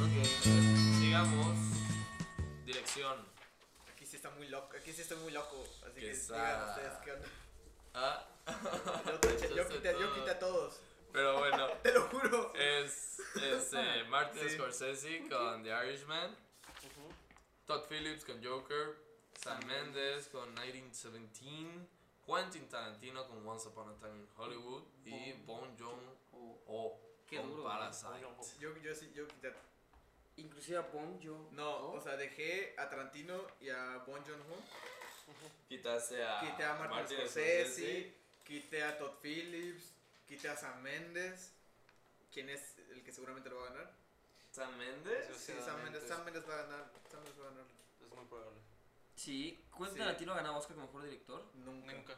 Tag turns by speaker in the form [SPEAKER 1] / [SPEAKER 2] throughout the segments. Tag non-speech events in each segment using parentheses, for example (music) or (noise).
[SPEAKER 1] Ok, sigamos. Dirección
[SPEAKER 2] Aquí sí está muy loco, aquí sí estoy muy loco. Así que
[SPEAKER 1] Quizá.
[SPEAKER 2] digan ustedes qué onda.
[SPEAKER 1] a. (laughs)
[SPEAKER 2] (laughs) Yo, taché-
[SPEAKER 1] Yo
[SPEAKER 2] yo
[SPEAKER 1] soy
[SPEAKER 2] quité, yo
[SPEAKER 1] todo.
[SPEAKER 2] quité a todos,
[SPEAKER 1] Pero bueno,
[SPEAKER 2] te lo juro.
[SPEAKER 1] es, es eh, Martin
[SPEAKER 2] (laughs) Sí.
[SPEAKER 1] Scorsese con The Irishman, Todd Phillips con Joker, Sam Mendes con 1917, Quentin Tarantino con Once Upon a Time in Hollywood y Bong Joon-ho
[SPEAKER 3] O- Qué
[SPEAKER 1] con
[SPEAKER 3] duro.
[SPEAKER 1] Parasite.
[SPEAKER 2] Yo, yo sí, yo quité. a-
[SPEAKER 3] Inclusive a Bong yo.
[SPEAKER 2] No, o sea, dejé a Tarantino y a Bon Joon Ho.
[SPEAKER 1] Quitase a
[SPEAKER 2] Quité a Ah, Martin Scorsese, quité a Todd Phillips, quité a Sam Mendes. ¿Quién es el que seguramente lo va a ganar?
[SPEAKER 1] Sam Mendes.
[SPEAKER 2] Sí,
[SPEAKER 4] Sí,
[SPEAKER 2] Sam Mendes,
[SPEAKER 4] Mendes.
[SPEAKER 2] Sam Mendes va a ganar. Sam Mendes va a ganar.
[SPEAKER 4] Es muy probable.
[SPEAKER 3] Sí, Quentin
[SPEAKER 2] Sí.
[SPEAKER 3] Tarantino ganaba Oscar como mejor director.
[SPEAKER 2] Nunca.
[SPEAKER 4] Nunca.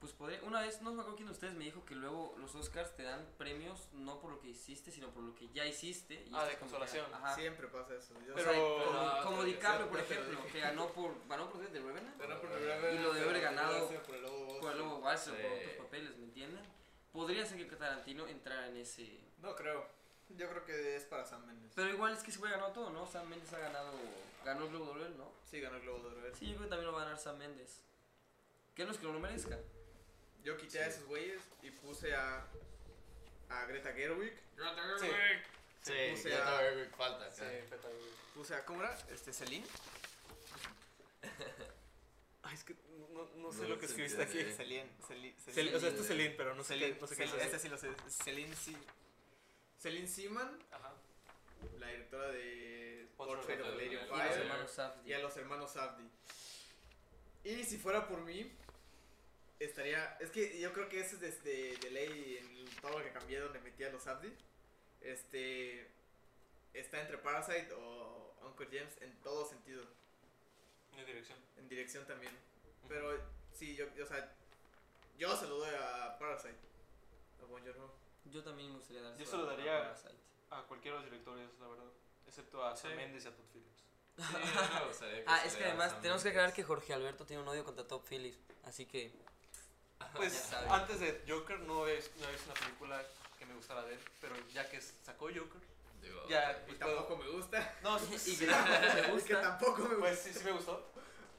[SPEAKER 3] Pues podré, una vez, no me acuerdo quién de ustedes me dijo que luego los Oscars te dan premios no por lo que hiciste, sino por lo que ya hiciste. y esto es
[SPEAKER 4] Ah, de
[SPEAKER 3] como que-
[SPEAKER 4] consolación.
[SPEAKER 3] Ajá.
[SPEAKER 2] Siempre pasa eso. Yo
[SPEAKER 3] O sea,
[SPEAKER 4] Pero-
[SPEAKER 3] como, como
[SPEAKER 1] pero-
[SPEAKER 3] DiCaprio, por
[SPEAKER 2] ya te lo
[SPEAKER 3] ejemplo,
[SPEAKER 2] dije.
[SPEAKER 3] que ganó por, ganó por The Revenant, pues
[SPEAKER 2] Ganó por primera
[SPEAKER 3] Y lo
[SPEAKER 2] vez,
[SPEAKER 3] debe haber
[SPEAKER 2] pero
[SPEAKER 3] ganado
[SPEAKER 2] gracias por el Lobo Wall
[SPEAKER 3] por el
[SPEAKER 2] Street.
[SPEAKER 3] Lobo Wall Street, por
[SPEAKER 1] Sí.
[SPEAKER 3] otros papeles, ¿me entienden? Podría ser que Tarantino entrara en ese...
[SPEAKER 2] No creo. Yo creo que es para Sam Mendes.
[SPEAKER 3] Pero igual es que ese güey ganó todo, ¿no? Sam Mendes ha ganado, ganó el Globo de Oro, él, ¿no?
[SPEAKER 2] Sí, ganó el Globo de Oro. ¿eh? él.
[SPEAKER 3] Sí, yo creo que también lo va a ganar Sam Mendes. Que no es que no lo merezca.
[SPEAKER 2] Yo quité a esos güeyes y puse a, a Greta Gerwig.
[SPEAKER 4] Sí.
[SPEAKER 1] Sí,
[SPEAKER 2] O sea-
[SPEAKER 1] ya te voy a falta acá.
[SPEAKER 4] Sí, feta, güey.
[SPEAKER 2] Puse a, ¿cómo era? Este, Celine.
[SPEAKER 4] Ay, es que no, no sé
[SPEAKER 1] No
[SPEAKER 4] lo que
[SPEAKER 1] se
[SPEAKER 4] escribiste aquí.
[SPEAKER 1] entiende.
[SPEAKER 2] Celine. Celine.
[SPEAKER 4] Cel- o sea, esto es Celine, pero no sé,
[SPEAKER 2] Celine.
[SPEAKER 4] qué- no sé qué
[SPEAKER 2] Celine.
[SPEAKER 4] es
[SPEAKER 2] Este sí lo sé. Celine, sí. Celine Seaman,
[SPEAKER 4] Ajá.
[SPEAKER 2] la directora de
[SPEAKER 4] Otro
[SPEAKER 2] Portrait of a
[SPEAKER 1] de-
[SPEAKER 2] Lady on
[SPEAKER 3] Y a los
[SPEAKER 1] Sí.
[SPEAKER 2] Fire.
[SPEAKER 3] hermanos Safdie.
[SPEAKER 2] Y a los hermanos Safdie. Y si fuera por mí, estaría. Es que yo creo que ese es desde de ley en todo lo que cambié donde metí a los Safdie. Este. Está entre Parasite o Uncle James en todo sentido.
[SPEAKER 4] Mi dirección.
[SPEAKER 2] En dirección también. Pero sí, yo, yo, o sea, yo se lo doy a Parasite. A Bong Joon-ho.
[SPEAKER 3] Yo también me gustaría dar
[SPEAKER 4] Yo se lo daría- A cualquiera de los directores, la verdad. Excepto a Sam
[SPEAKER 1] Sí.
[SPEAKER 4] Mendes y a Todd Phillips.
[SPEAKER 1] Sí, no
[SPEAKER 3] (laughs)
[SPEAKER 1] me gustaría
[SPEAKER 3] Ah, es que
[SPEAKER 1] saliera
[SPEAKER 3] además
[SPEAKER 1] Sam
[SPEAKER 3] tenemos que
[SPEAKER 1] Mendes.
[SPEAKER 3] aclarar que Jorge Alberto tiene un odio contra Top Phillips, así (laughs) que Ya
[SPEAKER 4] Pues
[SPEAKER 3] saben.
[SPEAKER 4] antes de Joker no había, no había visto una película que me gustara de él, pero ya que sacó Joker,
[SPEAKER 1] Digo,
[SPEAKER 4] ya
[SPEAKER 2] Y
[SPEAKER 4] pues, puedo-
[SPEAKER 2] tampoco me gusta.
[SPEAKER 4] (laughs) No, sí,
[SPEAKER 3] y
[SPEAKER 4] sí,
[SPEAKER 3] que
[SPEAKER 2] (laughs)
[SPEAKER 3] tampoco te
[SPEAKER 2] Es que
[SPEAKER 3] gusta.
[SPEAKER 2] tampoco me gusta.
[SPEAKER 4] pues sí, sí me gustó.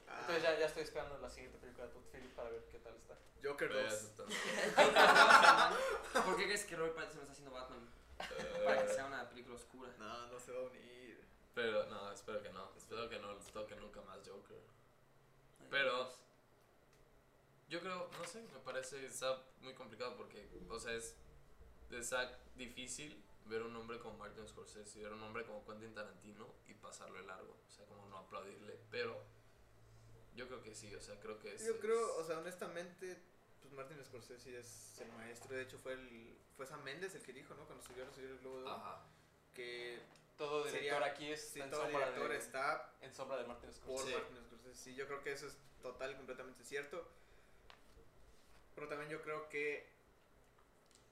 [SPEAKER 4] Entonces ya, ya estoy esperando la siguiente película de Todd Phillips para ver qué tal está.
[SPEAKER 2] Ah, Joker
[SPEAKER 1] voy a
[SPEAKER 3] Pues.
[SPEAKER 2] 2.
[SPEAKER 3] (laughs)
[SPEAKER 1] aceptar.
[SPEAKER 3] ¿Por qué crees que Robert Pattinson está haciendo Batman? Para que sea
[SPEAKER 1] Eh,
[SPEAKER 3] una película oscura.
[SPEAKER 2] No, no se va a unir.
[SPEAKER 1] Pero no, espero que no. Espero que no les toque nunca más Joker. Pero yo creo, no sé, me parece está muy complicado porque, o sea, es de Zack difícil ver un hombre como Martin Scorsese, ver un hombre como Quentin Tarantino y pasarlo de largo, o sea, como no aplaudirle, pero yo creo que sí, o sea, creo que es
[SPEAKER 2] Yo creo, o
[SPEAKER 1] es-
[SPEAKER 2] sea, honestamente, pues Martin Scorsese es el maestro. De hecho, fue el fue Sam Mendes el que dijo, ¿no? Cuando subió a recibir el Globo de Oro,
[SPEAKER 1] ajá.
[SPEAKER 2] que
[SPEAKER 4] Todo
[SPEAKER 2] Sería-
[SPEAKER 4] director aquí es
[SPEAKER 2] si
[SPEAKER 4] en,
[SPEAKER 2] todo
[SPEAKER 4] sombra
[SPEAKER 2] director
[SPEAKER 4] de,
[SPEAKER 2] está
[SPEAKER 4] en sombra de Martin
[SPEAKER 2] por
[SPEAKER 4] Scorsese.
[SPEAKER 1] Sí.
[SPEAKER 2] Martin Scorsese. Sí, yo creo que eso es total y completamente cierto. Pero también yo creo que,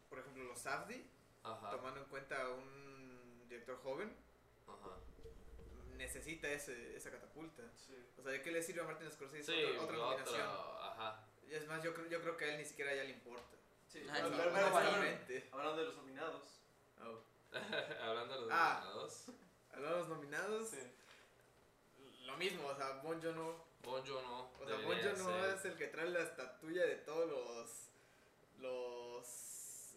[SPEAKER 2] por ejemplo, los Safdie,
[SPEAKER 1] Ajá.
[SPEAKER 2] tomando en cuenta a un director joven,
[SPEAKER 1] Ajá.
[SPEAKER 2] necesita ese, esa catapulta.
[SPEAKER 4] Sí.
[SPEAKER 2] O sea, ¿de qué le sirve a Martin Scorsese
[SPEAKER 1] Sí,
[SPEAKER 2] otra, otra
[SPEAKER 1] otro,
[SPEAKER 2] nominación?
[SPEAKER 1] ajá. (laughs)
[SPEAKER 2] Y Es más, yo, creo- yo creo que a él ni siquiera ya le importa.
[SPEAKER 4] Sí,
[SPEAKER 3] Ah,
[SPEAKER 4] bueno,
[SPEAKER 3] sí.
[SPEAKER 4] bueno, bueno,
[SPEAKER 2] Honestamente.
[SPEAKER 4] hablando de los nominados.
[SPEAKER 2] Oh.
[SPEAKER 1] Hablando de los
[SPEAKER 2] Ah.
[SPEAKER 1] nominados,
[SPEAKER 2] Hablando de los nominados,
[SPEAKER 4] Sí.
[SPEAKER 2] lo mismo, o sea, Bon Jono,
[SPEAKER 1] Bon Joon-ho
[SPEAKER 2] o sea, Bon
[SPEAKER 1] debería
[SPEAKER 2] Jono
[SPEAKER 1] ser-
[SPEAKER 2] es el que trae la estatuilla de todos los los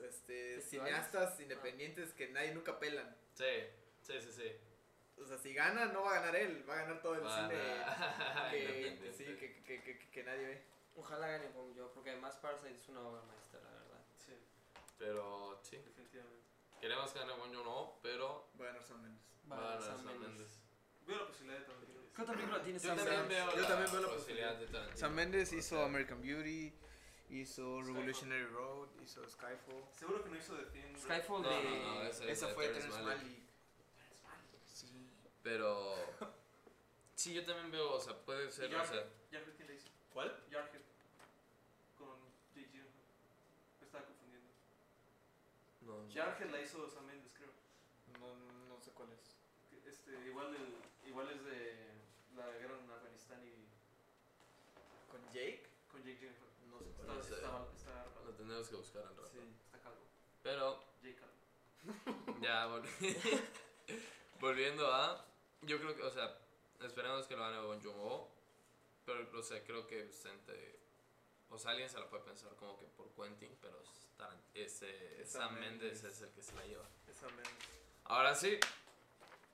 [SPEAKER 2] este
[SPEAKER 3] Festivales.
[SPEAKER 2] cineastas independientes que nadie nunca pelan.
[SPEAKER 1] Sí, sí, sí, sí.
[SPEAKER 2] O sea, si gana no va a ganar él, va a ganar todo el cine
[SPEAKER 1] Para-
[SPEAKER 2] (laughs) que,
[SPEAKER 1] Independiente.
[SPEAKER 2] sí, que, que, que, que- que nadie ve.
[SPEAKER 3] Ojalá gane Bong yo, porque además Parasite es una obra maestra, la verdad.
[SPEAKER 4] Sí,
[SPEAKER 1] Pero sí,
[SPEAKER 4] definitivamente.
[SPEAKER 1] queremos que gane Bon Joon-ho, pero
[SPEAKER 2] Va a ganar Sam Mendes.
[SPEAKER 3] Va a
[SPEAKER 1] va a
[SPEAKER 3] ganar
[SPEAKER 1] ganar
[SPEAKER 3] Sam
[SPEAKER 1] Sam
[SPEAKER 3] Mendes.
[SPEAKER 1] Mendes.
[SPEAKER 4] Veo la posibilidad de también.
[SPEAKER 3] ¿Qué otra película tiene
[SPEAKER 1] Yo
[SPEAKER 3] Sam
[SPEAKER 1] también
[SPEAKER 3] Mendes?
[SPEAKER 1] veo
[SPEAKER 2] Yo
[SPEAKER 1] la
[SPEAKER 2] también veo la
[SPEAKER 1] posibilidad de Tarantino.
[SPEAKER 2] Sam Mendes
[SPEAKER 1] O
[SPEAKER 2] hizo
[SPEAKER 1] sea,
[SPEAKER 2] American Beauty, hizo
[SPEAKER 4] Skyfall.
[SPEAKER 2] Revolutionary Road, hizo Skyfall.
[SPEAKER 4] Seguro que no hizo de Thin
[SPEAKER 1] No,
[SPEAKER 3] Skyfall
[SPEAKER 1] no,
[SPEAKER 3] de...
[SPEAKER 1] no, esa,
[SPEAKER 2] Esa fue Terrence
[SPEAKER 1] Malick.
[SPEAKER 2] Malick.
[SPEAKER 3] Sí.
[SPEAKER 1] Pero (laughs) sí, yo también veo, o sea, puede ser,
[SPEAKER 4] Y
[SPEAKER 1] o
[SPEAKER 4] Jar-
[SPEAKER 1] sea,
[SPEAKER 4] Jarhead, ¿quién le hizo?
[SPEAKER 2] ¿Cuál?
[SPEAKER 4] Jarhead. Con Jake Gyllenhaal. Me estaba confundiendo.
[SPEAKER 1] no,
[SPEAKER 4] Jarhead la hizo Sam Mendes, creo.
[SPEAKER 2] No, no sé cuál es.
[SPEAKER 4] Que, Este, igual, el- igual es de la guerra en Afganistán y
[SPEAKER 2] ¿Con Jake?
[SPEAKER 4] con Jake Gyllenhaal.
[SPEAKER 2] No sé cuál
[SPEAKER 4] Está,
[SPEAKER 1] No
[SPEAKER 2] es.
[SPEAKER 1] sé.
[SPEAKER 4] está, mal- está,
[SPEAKER 1] lo
[SPEAKER 4] raro.
[SPEAKER 1] tendremos que buscar en rato.
[SPEAKER 2] Sí.
[SPEAKER 4] Está calvo.
[SPEAKER 1] Pero
[SPEAKER 4] Jake calvo.
[SPEAKER 1] Ya, volvi- (laughs) volviendo a. Yo creo que, o sea, esperemos que lo gane Bon Joon-ho, Pero, o sea, creo que es entre- O sea, alguien se la puede pensar como que por Quentin, pero Stan, ese,
[SPEAKER 2] Sam
[SPEAKER 1] Sam Mendes
[SPEAKER 2] Mendes.
[SPEAKER 1] es el que se la lleva.
[SPEAKER 2] Esa me-
[SPEAKER 1] Ahora sí,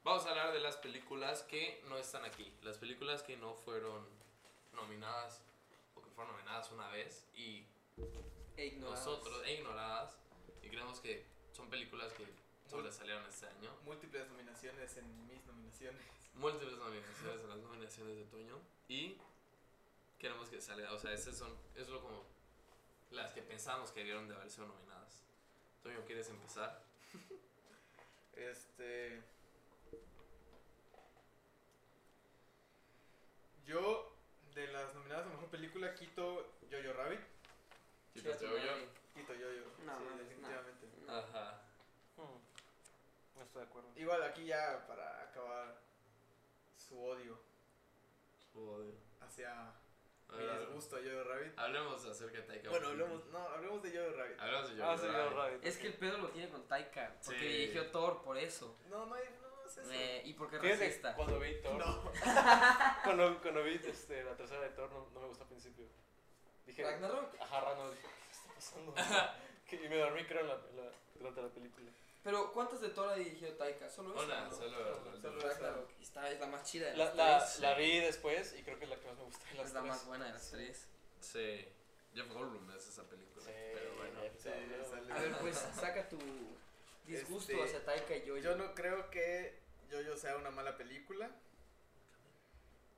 [SPEAKER 1] vamos a hablar de las películas que no están aquí. Las películas que no fueron nominadas o que fueron nominadas una vez y
[SPEAKER 3] E ignoradas.
[SPEAKER 1] nosotros e ignoradas. Y creemos que son películas que sobresalieron este año.
[SPEAKER 2] Múltiples nominaciones en mis nominaciones.
[SPEAKER 1] Múltiples nominaciones en las nominaciones de Toño. Y queremos que salga. O sea, esas son eso es como las que pensamos que debieron de haber sido nominadas. Toño, ¿quieres empezar?
[SPEAKER 2] Este. Yo, de las nominadas a mejor película, quito Jojo Rabbit.
[SPEAKER 1] Si te veo yo. Ah.
[SPEAKER 2] Quito Jojo.
[SPEAKER 3] No,
[SPEAKER 2] sí,
[SPEAKER 3] mames, no.
[SPEAKER 2] definitivamente.
[SPEAKER 1] Ajá.
[SPEAKER 4] Hmm. No estoy de acuerdo.
[SPEAKER 2] Igual aquí ya para acabar su odio
[SPEAKER 1] Joder.
[SPEAKER 2] hacia
[SPEAKER 1] A
[SPEAKER 2] mi
[SPEAKER 1] ver, a ver.
[SPEAKER 2] disgusto a Jojo Rabbit.
[SPEAKER 1] Hablemos acerca de Taika
[SPEAKER 2] Bueno,
[SPEAKER 1] Waititi.
[SPEAKER 2] hablemos, no, hablemos de Jojo Rabbit.
[SPEAKER 1] Hablamos de Jojo
[SPEAKER 4] Ah, sí, yo,
[SPEAKER 1] Rabbit.
[SPEAKER 4] Rabbit.
[SPEAKER 3] Es que el pedo lo tiene con Taika. Porque
[SPEAKER 1] Sí.
[SPEAKER 3] dirigió Thor por eso.
[SPEAKER 2] No, no, hay- no es eso.
[SPEAKER 3] Eh, y porque
[SPEAKER 4] Fíjate,
[SPEAKER 3] racista.
[SPEAKER 4] cuando vi Thor,
[SPEAKER 2] No,
[SPEAKER 4] (laughs) cuando, cuando vi este, la tercera de Thor, no, no me gustó al principio. Dije,
[SPEAKER 3] Ragnarok.
[SPEAKER 4] ajá, Rano, dije, ¿qué está pasando? Que- y me dormí, creo, en la, en la- durante la película.
[SPEAKER 3] Pero ¿cuántas de Thor ha dirigido Taika? Solo esa.
[SPEAKER 1] Hola,
[SPEAKER 3] ¿no?
[SPEAKER 1] solo-
[SPEAKER 2] Solo-
[SPEAKER 3] Ragnarok. Esta es la más chida de
[SPEAKER 4] La,
[SPEAKER 3] las tres.
[SPEAKER 4] la, la vi después y creo que es la que más me gustó de las
[SPEAKER 3] es la
[SPEAKER 4] tres.
[SPEAKER 3] más buena de las
[SPEAKER 4] Sí.
[SPEAKER 3] tres.
[SPEAKER 1] Sí. Jeff Goldblum es esa película.
[SPEAKER 4] Sí,
[SPEAKER 1] pero bueno.
[SPEAKER 4] ya
[SPEAKER 2] sí,
[SPEAKER 4] salió.
[SPEAKER 2] sale.
[SPEAKER 3] A ver, pues
[SPEAKER 4] (laughs)
[SPEAKER 3] saca tu disgusto
[SPEAKER 2] Este,
[SPEAKER 3] hacia Taika y Jojo.
[SPEAKER 2] Yo no creo que Jojo sea una mala película.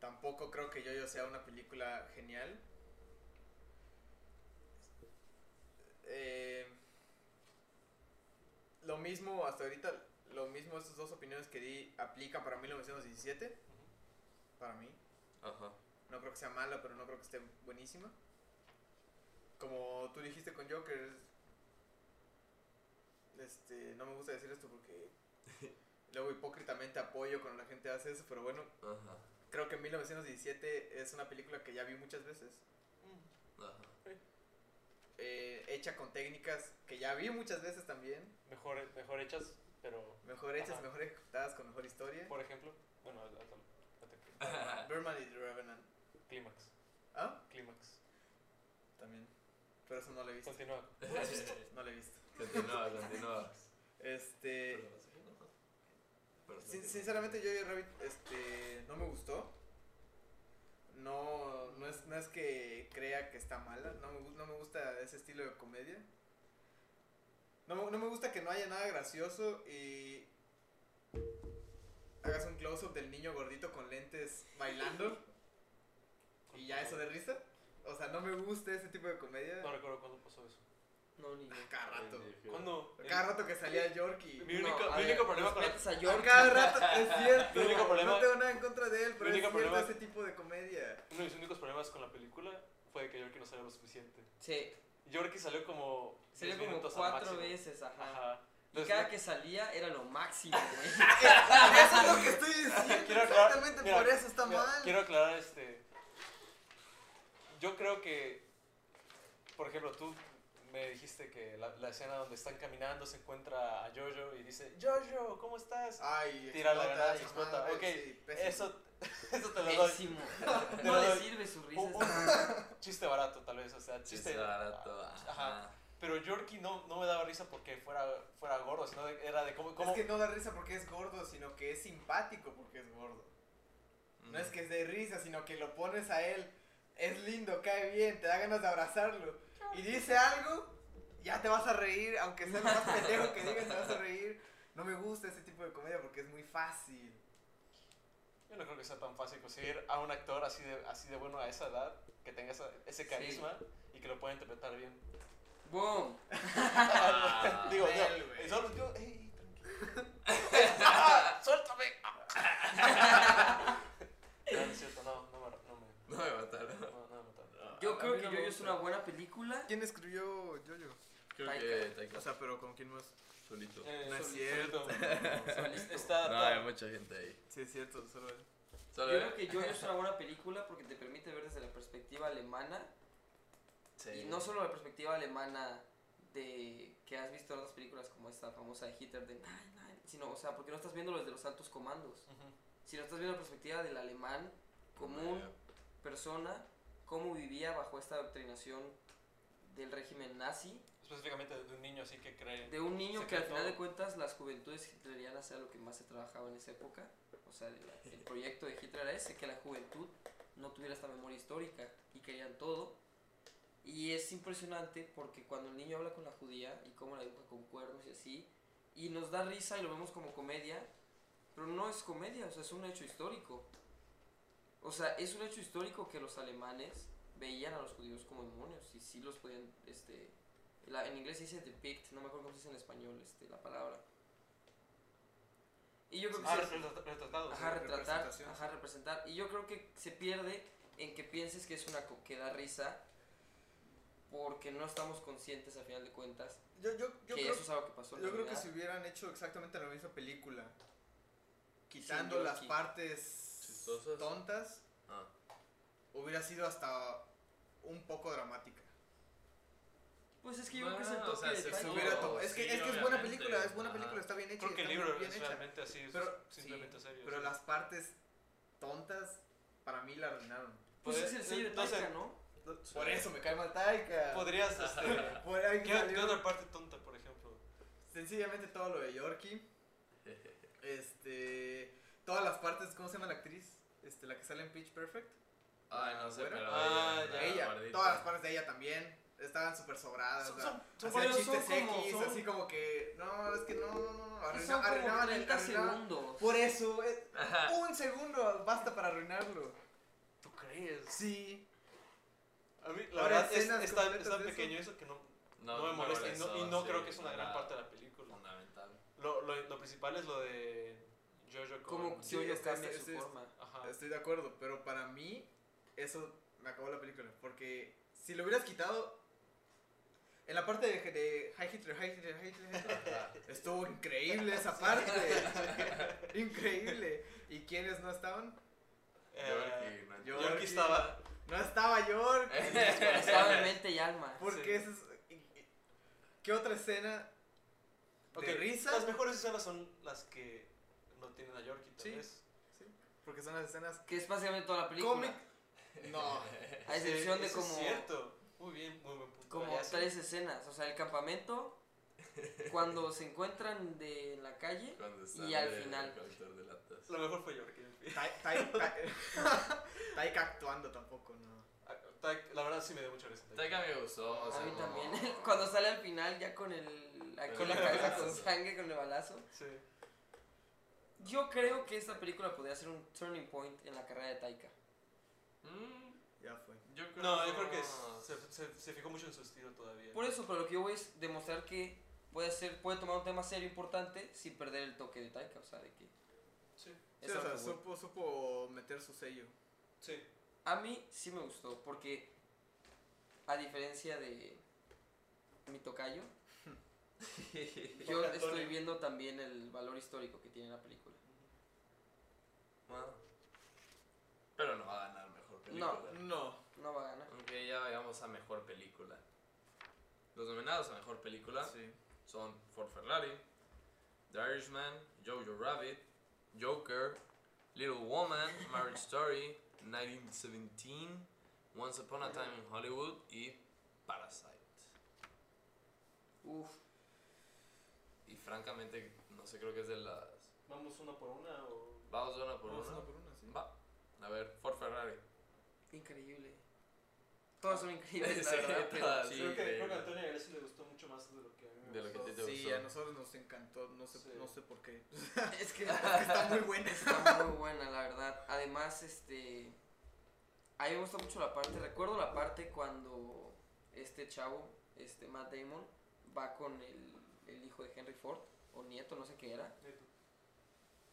[SPEAKER 2] Tampoco creo que Jojo sea una película genial. Eh, lo mismo hasta ahorita, lo mismo estas dos opiniones que di aplica para 1917. Para mí.
[SPEAKER 1] Ajá.
[SPEAKER 2] No creo que sea mala, pero no creo que esté buenísima. Como tú dijiste con Joker, es- este, no me gusta decir esto porque
[SPEAKER 4] (laughs)
[SPEAKER 2] luego hipócritamente apoyo cuando la gente hace eso, pero bueno,
[SPEAKER 1] Ajá.
[SPEAKER 2] creo que 1917 es una película que ya vi muchas veces,
[SPEAKER 4] Mm.
[SPEAKER 1] Ajá.
[SPEAKER 2] eh, hecha con técnicas que ya vi muchas veces también,
[SPEAKER 4] Mejor, mejor hechas, pero,
[SPEAKER 2] mejor hechas,
[SPEAKER 4] Ajá.
[SPEAKER 2] mejor ejecutadas, con mejor historia. (laughs)
[SPEAKER 4] por ejemplo, bueno, hasta, hasta- hasta-
[SPEAKER 1] Ajá.
[SPEAKER 2] Birdman y The Revenant.
[SPEAKER 4] clímax,
[SPEAKER 2] ¿Ah?
[SPEAKER 4] clímax.
[SPEAKER 2] También. Pero eso no lo he visto.
[SPEAKER 4] Continúa. Pues,
[SPEAKER 2] No lo he visto.
[SPEAKER 1] (laughs) continúa, continúa.
[SPEAKER 2] Este...
[SPEAKER 1] Pero- pero-
[SPEAKER 2] Sin- sinceramente, yo Rabbit este, no me gustó. No, no, es, no es que crea que está mala. No me, gu- no me gusta ese estilo de comedia. No, me- no me gusta que no haya nada gracioso y hagas un close-up del niño gordito con lentes bailando y ya eso de risa. O sea, no me gusta ese tipo de comedia.
[SPEAKER 4] No recuerdo cuándo pasó eso.
[SPEAKER 3] No, ni yo.
[SPEAKER 2] Cada rato.
[SPEAKER 4] ¿Cuándo?
[SPEAKER 2] Cada rato que salía York y...
[SPEAKER 4] Mi
[SPEAKER 3] No,
[SPEAKER 4] único-
[SPEAKER 3] a
[SPEAKER 4] mi único problema con la-
[SPEAKER 3] respetas a
[SPEAKER 2] Yo
[SPEAKER 3] York.
[SPEAKER 4] (laughs)
[SPEAKER 2] cada rato, es cierto.
[SPEAKER 4] Mi único
[SPEAKER 2] No
[SPEAKER 4] problema-
[SPEAKER 2] tengo nada en contra de él, pero
[SPEAKER 4] mi único
[SPEAKER 2] es cierto
[SPEAKER 4] problema-
[SPEAKER 2] ese tipo de
[SPEAKER 4] (laughs)
[SPEAKER 2] comedia.
[SPEAKER 4] Uno de mis únicos problemas con la película fue que Yorkie no salió lo suficiente.
[SPEAKER 3] Sí,
[SPEAKER 4] Yorkie salió como.
[SPEAKER 3] salió
[SPEAKER 4] 10
[SPEAKER 3] como
[SPEAKER 4] minutos al
[SPEAKER 3] cuatro
[SPEAKER 4] máximo.
[SPEAKER 3] veces, ajá.
[SPEAKER 4] Ajá.
[SPEAKER 3] Y
[SPEAKER 4] Entonces,
[SPEAKER 3] cada
[SPEAKER 4] no-
[SPEAKER 3] que salía era lo
[SPEAKER 4] (laughs)
[SPEAKER 3] máximo, güey.
[SPEAKER 2] Eh, Eso es lo que estoy diciendo.
[SPEAKER 4] Quiero aclarar-
[SPEAKER 2] Exactamente
[SPEAKER 4] mira,
[SPEAKER 2] por eso está
[SPEAKER 4] mira,
[SPEAKER 2] mal.
[SPEAKER 4] Quiero aclarar este. Yo creo que. Por ejemplo, tú me dijiste que la, la escena donde están caminando se encuentra a Jojo y dice: Jojo, ¿cómo estás?
[SPEAKER 2] Ay,
[SPEAKER 4] Tira la
[SPEAKER 2] explota
[SPEAKER 4] granada y
[SPEAKER 2] esa
[SPEAKER 4] explota.
[SPEAKER 2] madre,
[SPEAKER 4] Ok,
[SPEAKER 2] Ah, pues sí, pésimo.
[SPEAKER 4] eso, (laughs) eso
[SPEAKER 3] Eh,
[SPEAKER 4] te lo doy.
[SPEAKER 3] Pésimo.
[SPEAKER 4] Te
[SPEAKER 3] No
[SPEAKER 4] lo
[SPEAKER 3] le
[SPEAKER 4] doy. Oh,
[SPEAKER 3] sirve su risa.
[SPEAKER 4] Un,
[SPEAKER 3] esa-
[SPEAKER 4] un (laughs) chiste barato, tal vez. O sea,
[SPEAKER 1] Sí,
[SPEAKER 4] chiste.
[SPEAKER 1] está barato. Ajá.
[SPEAKER 4] Ajá. Pero Yorkie no, no me daba risa porque fuera, fuera gordo, sino de- era de cómo. cómo
[SPEAKER 2] Es que no da risa porque es gordo, sino que es simpático porque es gordo. No es que es de risa, sino que lo pones a él. Es lindo, cae bien, te da ganas de abrazarlo. Y dice algo, ya te vas a reír, aunque sea lo más pendejo que digas, te vas a reír. No me gusta ese tipo de comedia porque es muy fácil.
[SPEAKER 4] Yo no creo que sea tan fácil conseguir a un actor así de, así de bueno a esa edad, que tenga esa- ese
[SPEAKER 3] Sí.
[SPEAKER 4] carisma y que lo pueda interpretar bien. oh.
[SPEAKER 3] Boom.
[SPEAKER 1] Ah.
[SPEAKER 4] (laughs) Digo, no,
[SPEAKER 2] Nel, güey.
[SPEAKER 4] eh, solo yo, ey, tranquilo. (laughs) ¡Suéltame! no, no es cierto, no, no me, no me,
[SPEAKER 1] No me mataron.
[SPEAKER 4] no, no me mataron.
[SPEAKER 3] Yo
[SPEAKER 2] A
[SPEAKER 3] creo
[SPEAKER 2] mí
[SPEAKER 3] que
[SPEAKER 2] no me
[SPEAKER 3] Jojo es
[SPEAKER 2] gusta.
[SPEAKER 3] una buena película.
[SPEAKER 2] ¿Quién escribió Jojo?
[SPEAKER 1] Creo
[SPEAKER 3] Taika.
[SPEAKER 1] que Taika
[SPEAKER 2] O sea, pero ¿con quién más?
[SPEAKER 1] solito.
[SPEAKER 4] Eh,
[SPEAKER 2] No es
[SPEAKER 4] sol-
[SPEAKER 2] cierto.
[SPEAKER 4] solito.
[SPEAKER 3] Solito.
[SPEAKER 4] Está,
[SPEAKER 1] No,
[SPEAKER 4] está-
[SPEAKER 1] hay mucha gente ahí.
[SPEAKER 2] Sí, es cierto, solo él.
[SPEAKER 3] Yo
[SPEAKER 1] Solo
[SPEAKER 3] creo que Jojo es una buena película porque te permite ver desde la perspectiva alemana.
[SPEAKER 1] Sí.
[SPEAKER 3] Y no solo la perspectiva alemana de que has visto en otras películas como esta famosa de Hitler de "Nein, nein", sino, o sea, porque no estás viendo los de los altos comandos, sino estás viendo la perspectiva del alemán común,
[SPEAKER 1] Ah,
[SPEAKER 3] persona, cómo vivía bajo esta adoctrinación del régimen nazi,
[SPEAKER 4] Específicamente de un niño así que cree.
[SPEAKER 3] de un niño
[SPEAKER 4] Se
[SPEAKER 3] que al
[SPEAKER 4] quedó.
[SPEAKER 3] final de cuentas las juventudes hitlerianas era lo que más se trabajaba en esa época, o sea, el, el proyecto de Hitler era ese, que la juventud no tuviera esta memoria histórica y querían todo. Y es impresionante porque cuando el niño habla con la judía y cómo la educa con cuernos y así, y nos da risa y lo vemos como comedia, pero no es comedia, o sea, es un hecho histórico. O sea, es un hecho histórico que los alemanes veían a los judíos como demonios y sí los podían, este, la- en inglés se dice depict, no me acuerdo cómo se dice en español, este, la palabra. Y yo creo que
[SPEAKER 4] Ah,
[SPEAKER 3] sí-
[SPEAKER 4] retrat- retratado.
[SPEAKER 3] Ajá,
[SPEAKER 2] sea,
[SPEAKER 3] retratar,
[SPEAKER 2] representación,
[SPEAKER 3] ajá, representar. Y yo creo que se pierde en que pienses que es una co- que da risa porque no estamos conscientes al final de cuentas
[SPEAKER 2] Yo, yo, yo
[SPEAKER 3] que
[SPEAKER 2] creo,
[SPEAKER 3] eso es algo que pasó. en
[SPEAKER 2] yo creo que
[SPEAKER 3] realidad.
[SPEAKER 2] si hubieran hecho exactamente la misma película, quitando
[SPEAKER 3] Sin
[SPEAKER 2] las
[SPEAKER 3] Yorkie.
[SPEAKER 2] partes
[SPEAKER 1] Chistosas.
[SPEAKER 2] tontas,
[SPEAKER 1] Ah,
[SPEAKER 2] hubiera sido hasta un poco dramática.
[SPEAKER 3] Pues es que yo creo que es el
[SPEAKER 1] Bueno, o
[SPEAKER 3] toque
[SPEAKER 1] sea,
[SPEAKER 3] de
[SPEAKER 1] se
[SPEAKER 2] Se
[SPEAKER 1] No,
[SPEAKER 3] todo.
[SPEAKER 2] hubiera to- es, que,
[SPEAKER 1] sí,
[SPEAKER 2] es que es buena
[SPEAKER 1] obviamente,
[SPEAKER 2] película, es buena
[SPEAKER 1] ajá.
[SPEAKER 2] película, está bien hecha.
[SPEAKER 4] Creo que el
[SPEAKER 2] está muy
[SPEAKER 4] libro
[SPEAKER 2] bien
[SPEAKER 4] es
[SPEAKER 2] hecha.
[SPEAKER 4] realmente así, es
[SPEAKER 2] Pero-
[SPEAKER 4] simplemente serio.
[SPEAKER 2] Pero
[SPEAKER 4] sí.
[SPEAKER 2] las partes tontas, para mí la arruinaron.
[SPEAKER 3] Pues
[SPEAKER 4] Poder-
[SPEAKER 3] es el sello de
[SPEAKER 4] entonces,
[SPEAKER 3] Taika, ¿no?
[SPEAKER 2] Por eso me cae mal Taika.
[SPEAKER 4] Podrías. este,
[SPEAKER 2] (laughs) Por ahí
[SPEAKER 4] ¿Qué,
[SPEAKER 2] salió-
[SPEAKER 4] qué otra parte tonta, por ejemplo?
[SPEAKER 2] Sencillamente todo lo de Yorkie. Este. Todas las partes, ¿cómo se llama la actriz? Este, la que sale en Pitch Perfect.
[SPEAKER 1] Ay, no sé,
[SPEAKER 2] Bueno.
[SPEAKER 1] pero.
[SPEAKER 4] Ah,
[SPEAKER 1] ella,
[SPEAKER 4] ya,
[SPEAKER 1] la
[SPEAKER 2] ella,
[SPEAKER 1] gordita.
[SPEAKER 2] todas las partes de ella también. Estaban súper sobradas. Ah, o
[SPEAKER 4] Son,
[SPEAKER 2] sea,
[SPEAKER 4] son, son
[SPEAKER 2] hacían
[SPEAKER 3] pero
[SPEAKER 4] varios.
[SPEAKER 3] son
[SPEAKER 2] chistes
[SPEAKER 3] como-
[SPEAKER 2] X,
[SPEAKER 3] son-
[SPEAKER 2] así como que. No, es que no, no, no. no,
[SPEAKER 3] Son
[SPEAKER 2] arruina-
[SPEAKER 3] como
[SPEAKER 2] arruinaban el-
[SPEAKER 3] 30
[SPEAKER 2] arruinaban-
[SPEAKER 3] segundos.
[SPEAKER 2] Por eso, eh, un segundo basta para arruinarlo.
[SPEAKER 4] ¿Tú crees?
[SPEAKER 2] Sí.
[SPEAKER 4] A mí, la
[SPEAKER 2] Ahora,
[SPEAKER 4] verdad, es,
[SPEAKER 2] escenas
[SPEAKER 4] es tan,
[SPEAKER 2] completas
[SPEAKER 4] es tan
[SPEAKER 2] de eso.
[SPEAKER 4] pequeño eso que no, no me molesta. y no, y no creo que es una gran parte de la película.
[SPEAKER 1] Ah, Fundamental.
[SPEAKER 4] Lo, lo, lo principal es lo de Jojo con...
[SPEAKER 3] Como
[SPEAKER 2] Sí,
[SPEAKER 3] si yo
[SPEAKER 2] es-
[SPEAKER 3] cambia
[SPEAKER 2] es-
[SPEAKER 3] su
[SPEAKER 2] es-
[SPEAKER 4] (laughs)
[SPEAKER 3] forma.
[SPEAKER 4] Ajá.
[SPEAKER 2] Estoy de acuerdo, pero para mí eso me acabó la película. Porque si lo hubieras quitado, en la parte de, de High Hitler, High Hitler, High Hitler, High Hitler,
[SPEAKER 1] Ajá.
[SPEAKER 2] estuvo increíble esa (laughs) parte. increíble. ¿Y quiénes no estaban?
[SPEAKER 4] Eh,
[SPEAKER 1] Yorkie,
[SPEAKER 2] yo-
[SPEAKER 4] (laughs) Yorkie
[SPEAKER 2] Yorkie.
[SPEAKER 4] estaba...
[SPEAKER 2] No estaba York.
[SPEAKER 1] (laughs)
[SPEAKER 3] Suavemente y alma.
[SPEAKER 2] Porque
[SPEAKER 4] Sí.
[SPEAKER 2] eso es... ¿Qué otra escena?
[SPEAKER 4] Ok,
[SPEAKER 2] ¿De risa?
[SPEAKER 4] Las mejores escenas son las que no tienen a Yorkie, tal
[SPEAKER 2] Sí.
[SPEAKER 4] vez.
[SPEAKER 2] Porque son las escenas
[SPEAKER 3] Que es básicamente toda la película.
[SPEAKER 2] cómic. No.
[SPEAKER 3] A excepción
[SPEAKER 4] Sí,
[SPEAKER 3] de
[SPEAKER 4] eso
[SPEAKER 3] como,
[SPEAKER 4] Es cierto. Muy bien, muy buen punto.
[SPEAKER 3] como
[SPEAKER 4] Ya sé.
[SPEAKER 3] tres escenas. O sea, el campamento, cuando se encuentran de, en la calle,
[SPEAKER 1] Cuando
[SPEAKER 3] Y al final.
[SPEAKER 4] Lo mejor fue Yorkie. en fin. (laughs)
[SPEAKER 2] Tai- (laughs) tai- tai- Taika actuando tampoco, no.
[SPEAKER 4] Ah, Taika- La verdad sí me dio mucha risa. Taika.
[SPEAKER 1] Taika me gustó. O sea,
[SPEAKER 3] A mí
[SPEAKER 1] no-
[SPEAKER 3] también. (laughs) Cuando sale al final ya con el. Aquí
[SPEAKER 1] Con
[SPEAKER 3] la
[SPEAKER 1] el
[SPEAKER 3] cabeza
[SPEAKER 1] balazo.
[SPEAKER 3] con sangre, con el balazo.
[SPEAKER 4] Sí.
[SPEAKER 3] Yo creo que esta película podría ser un turning point en la carrera de Taika.
[SPEAKER 1] Mm,
[SPEAKER 2] Ya fue.
[SPEAKER 1] yo creo
[SPEAKER 4] No, yo creo que
[SPEAKER 1] no.
[SPEAKER 4] se, se- se fijó mucho en su estilo todavía.
[SPEAKER 3] Por eso, pero lo que yo voy es demostrar que puede ser, puede tomar un tema serio importante sin perder el toque de Taika. O sea, de que.
[SPEAKER 4] Sí,
[SPEAKER 2] Sí,
[SPEAKER 3] es
[SPEAKER 2] o
[SPEAKER 3] algo
[SPEAKER 2] sea,
[SPEAKER 3] bueno.
[SPEAKER 2] supo, supo meter su sello.
[SPEAKER 4] sí.
[SPEAKER 3] A mí sí me gustó, porque a diferencia de mi (laughs) tocayo, yo
[SPEAKER 4] Antonio.
[SPEAKER 3] estoy viendo también el valor histórico que tiene la película.
[SPEAKER 1] Bueno. Pero no va a ganar mejor película.
[SPEAKER 2] No.
[SPEAKER 3] No va a ganar.
[SPEAKER 1] Aunque ya vayamos a mejor película. Los nominados a mejor película
[SPEAKER 2] Sí.
[SPEAKER 1] son Ford Ferrari, The Irishman, Jojo Rabbit, Joker, Little Woman, Marriage Story, 1917, Once Upon a Time in Hollywood y Parasite.
[SPEAKER 3] Uf.
[SPEAKER 1] Y francamente, no sé, creo que es de las.
[SPEAKER 4] Vamos una por una o.
[SPEAKER 1] Vamos de una por
[SPEAKER 2] Vamos una
[SPEAKER 1] una.
[SPEAKER 2] por una, sí.
[SPEAKER 1] Va. A ver, Ford Ferrari.
[SPEAKER 3] Increíble. Todas son (laughs) increíbles, la
[SPEAKER 1] (laughs) Sí,
[SPEAKER 3] verdad, pero
[SPEAKER 1] todas.
[SPEAKER 3] sí.
[SPEAKER 4] creo, que, creo que a
[SPEAKER 1] increíble.
[SPEAKER 4] Antonio García le gustó mucho más de lo que a mí me
[SPEAKER 1] De lo que
[SPEAKER 4] gustó.
[SPEAKER 1] a ti te
[SPEAKER 2] Sí,
[SPEAKER 1] gustó.
[SPEAKER 2] a nosotros nos encantó, no sé,
[SPEAKER 4] Sí.
[SPEAKER 2] no sé por qué.
[SPEAKER 3] Es que
[SPEAKER 2] Está muy buena.
[SPEAKER 3] está muy buena, la verdad. Además, este. A mí me gusta mucho la parte. Recuerdo la parte cuando este chavo, este Matt Damon, va con el, el hijo de Henry Ford, o nieto, no sé qué era.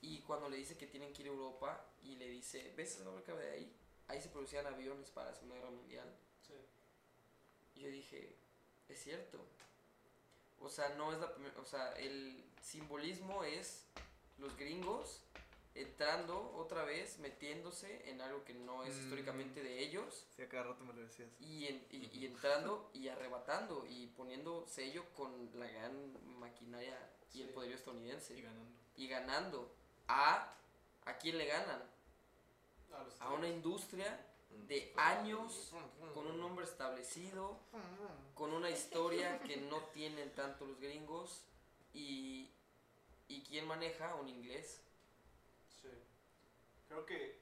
[SPEAKER 3] Y cuando le dice que tienen que ir a Europa y le dice, ¿ves esa marca de ahí? Ahí se producían aviones para la Segunda Guerra Mundial.
[SPEAKER 4] Sí.
[SPEAKER 3] Y yo dije, es cierto. O sea, no es la primer- o sea, el simbolismo es los gringos entrando otra vez, metiéndose en algo que no es
[SPEAKER 2] Mm.
[SPEAKER 3] históricamente de ellos
[SPEAKER 2] (laughs) Sí, a cada rato me lo decías.
[SPEAKER 3] y, en- y- y entrando y arrebatando y poniendo sello con la gran maquinaria y el
[SPEAKER 1] Sí.
[SPEAKER 3] poderío estadounidense
[SPEAKER 2] Y ganando.
[SPEAKER 3] y ganando a a quién le ganan
[SPEAKER 4] A los
[SPEAKER 3] a una industria
[SPEAKER 1] Mm,
[SPEAKER 3] de años con un nombre establecido con una historia que no tienen tanto los gringos y y quién maneja un inglés
[SPEAKER 4] Sí. Creo que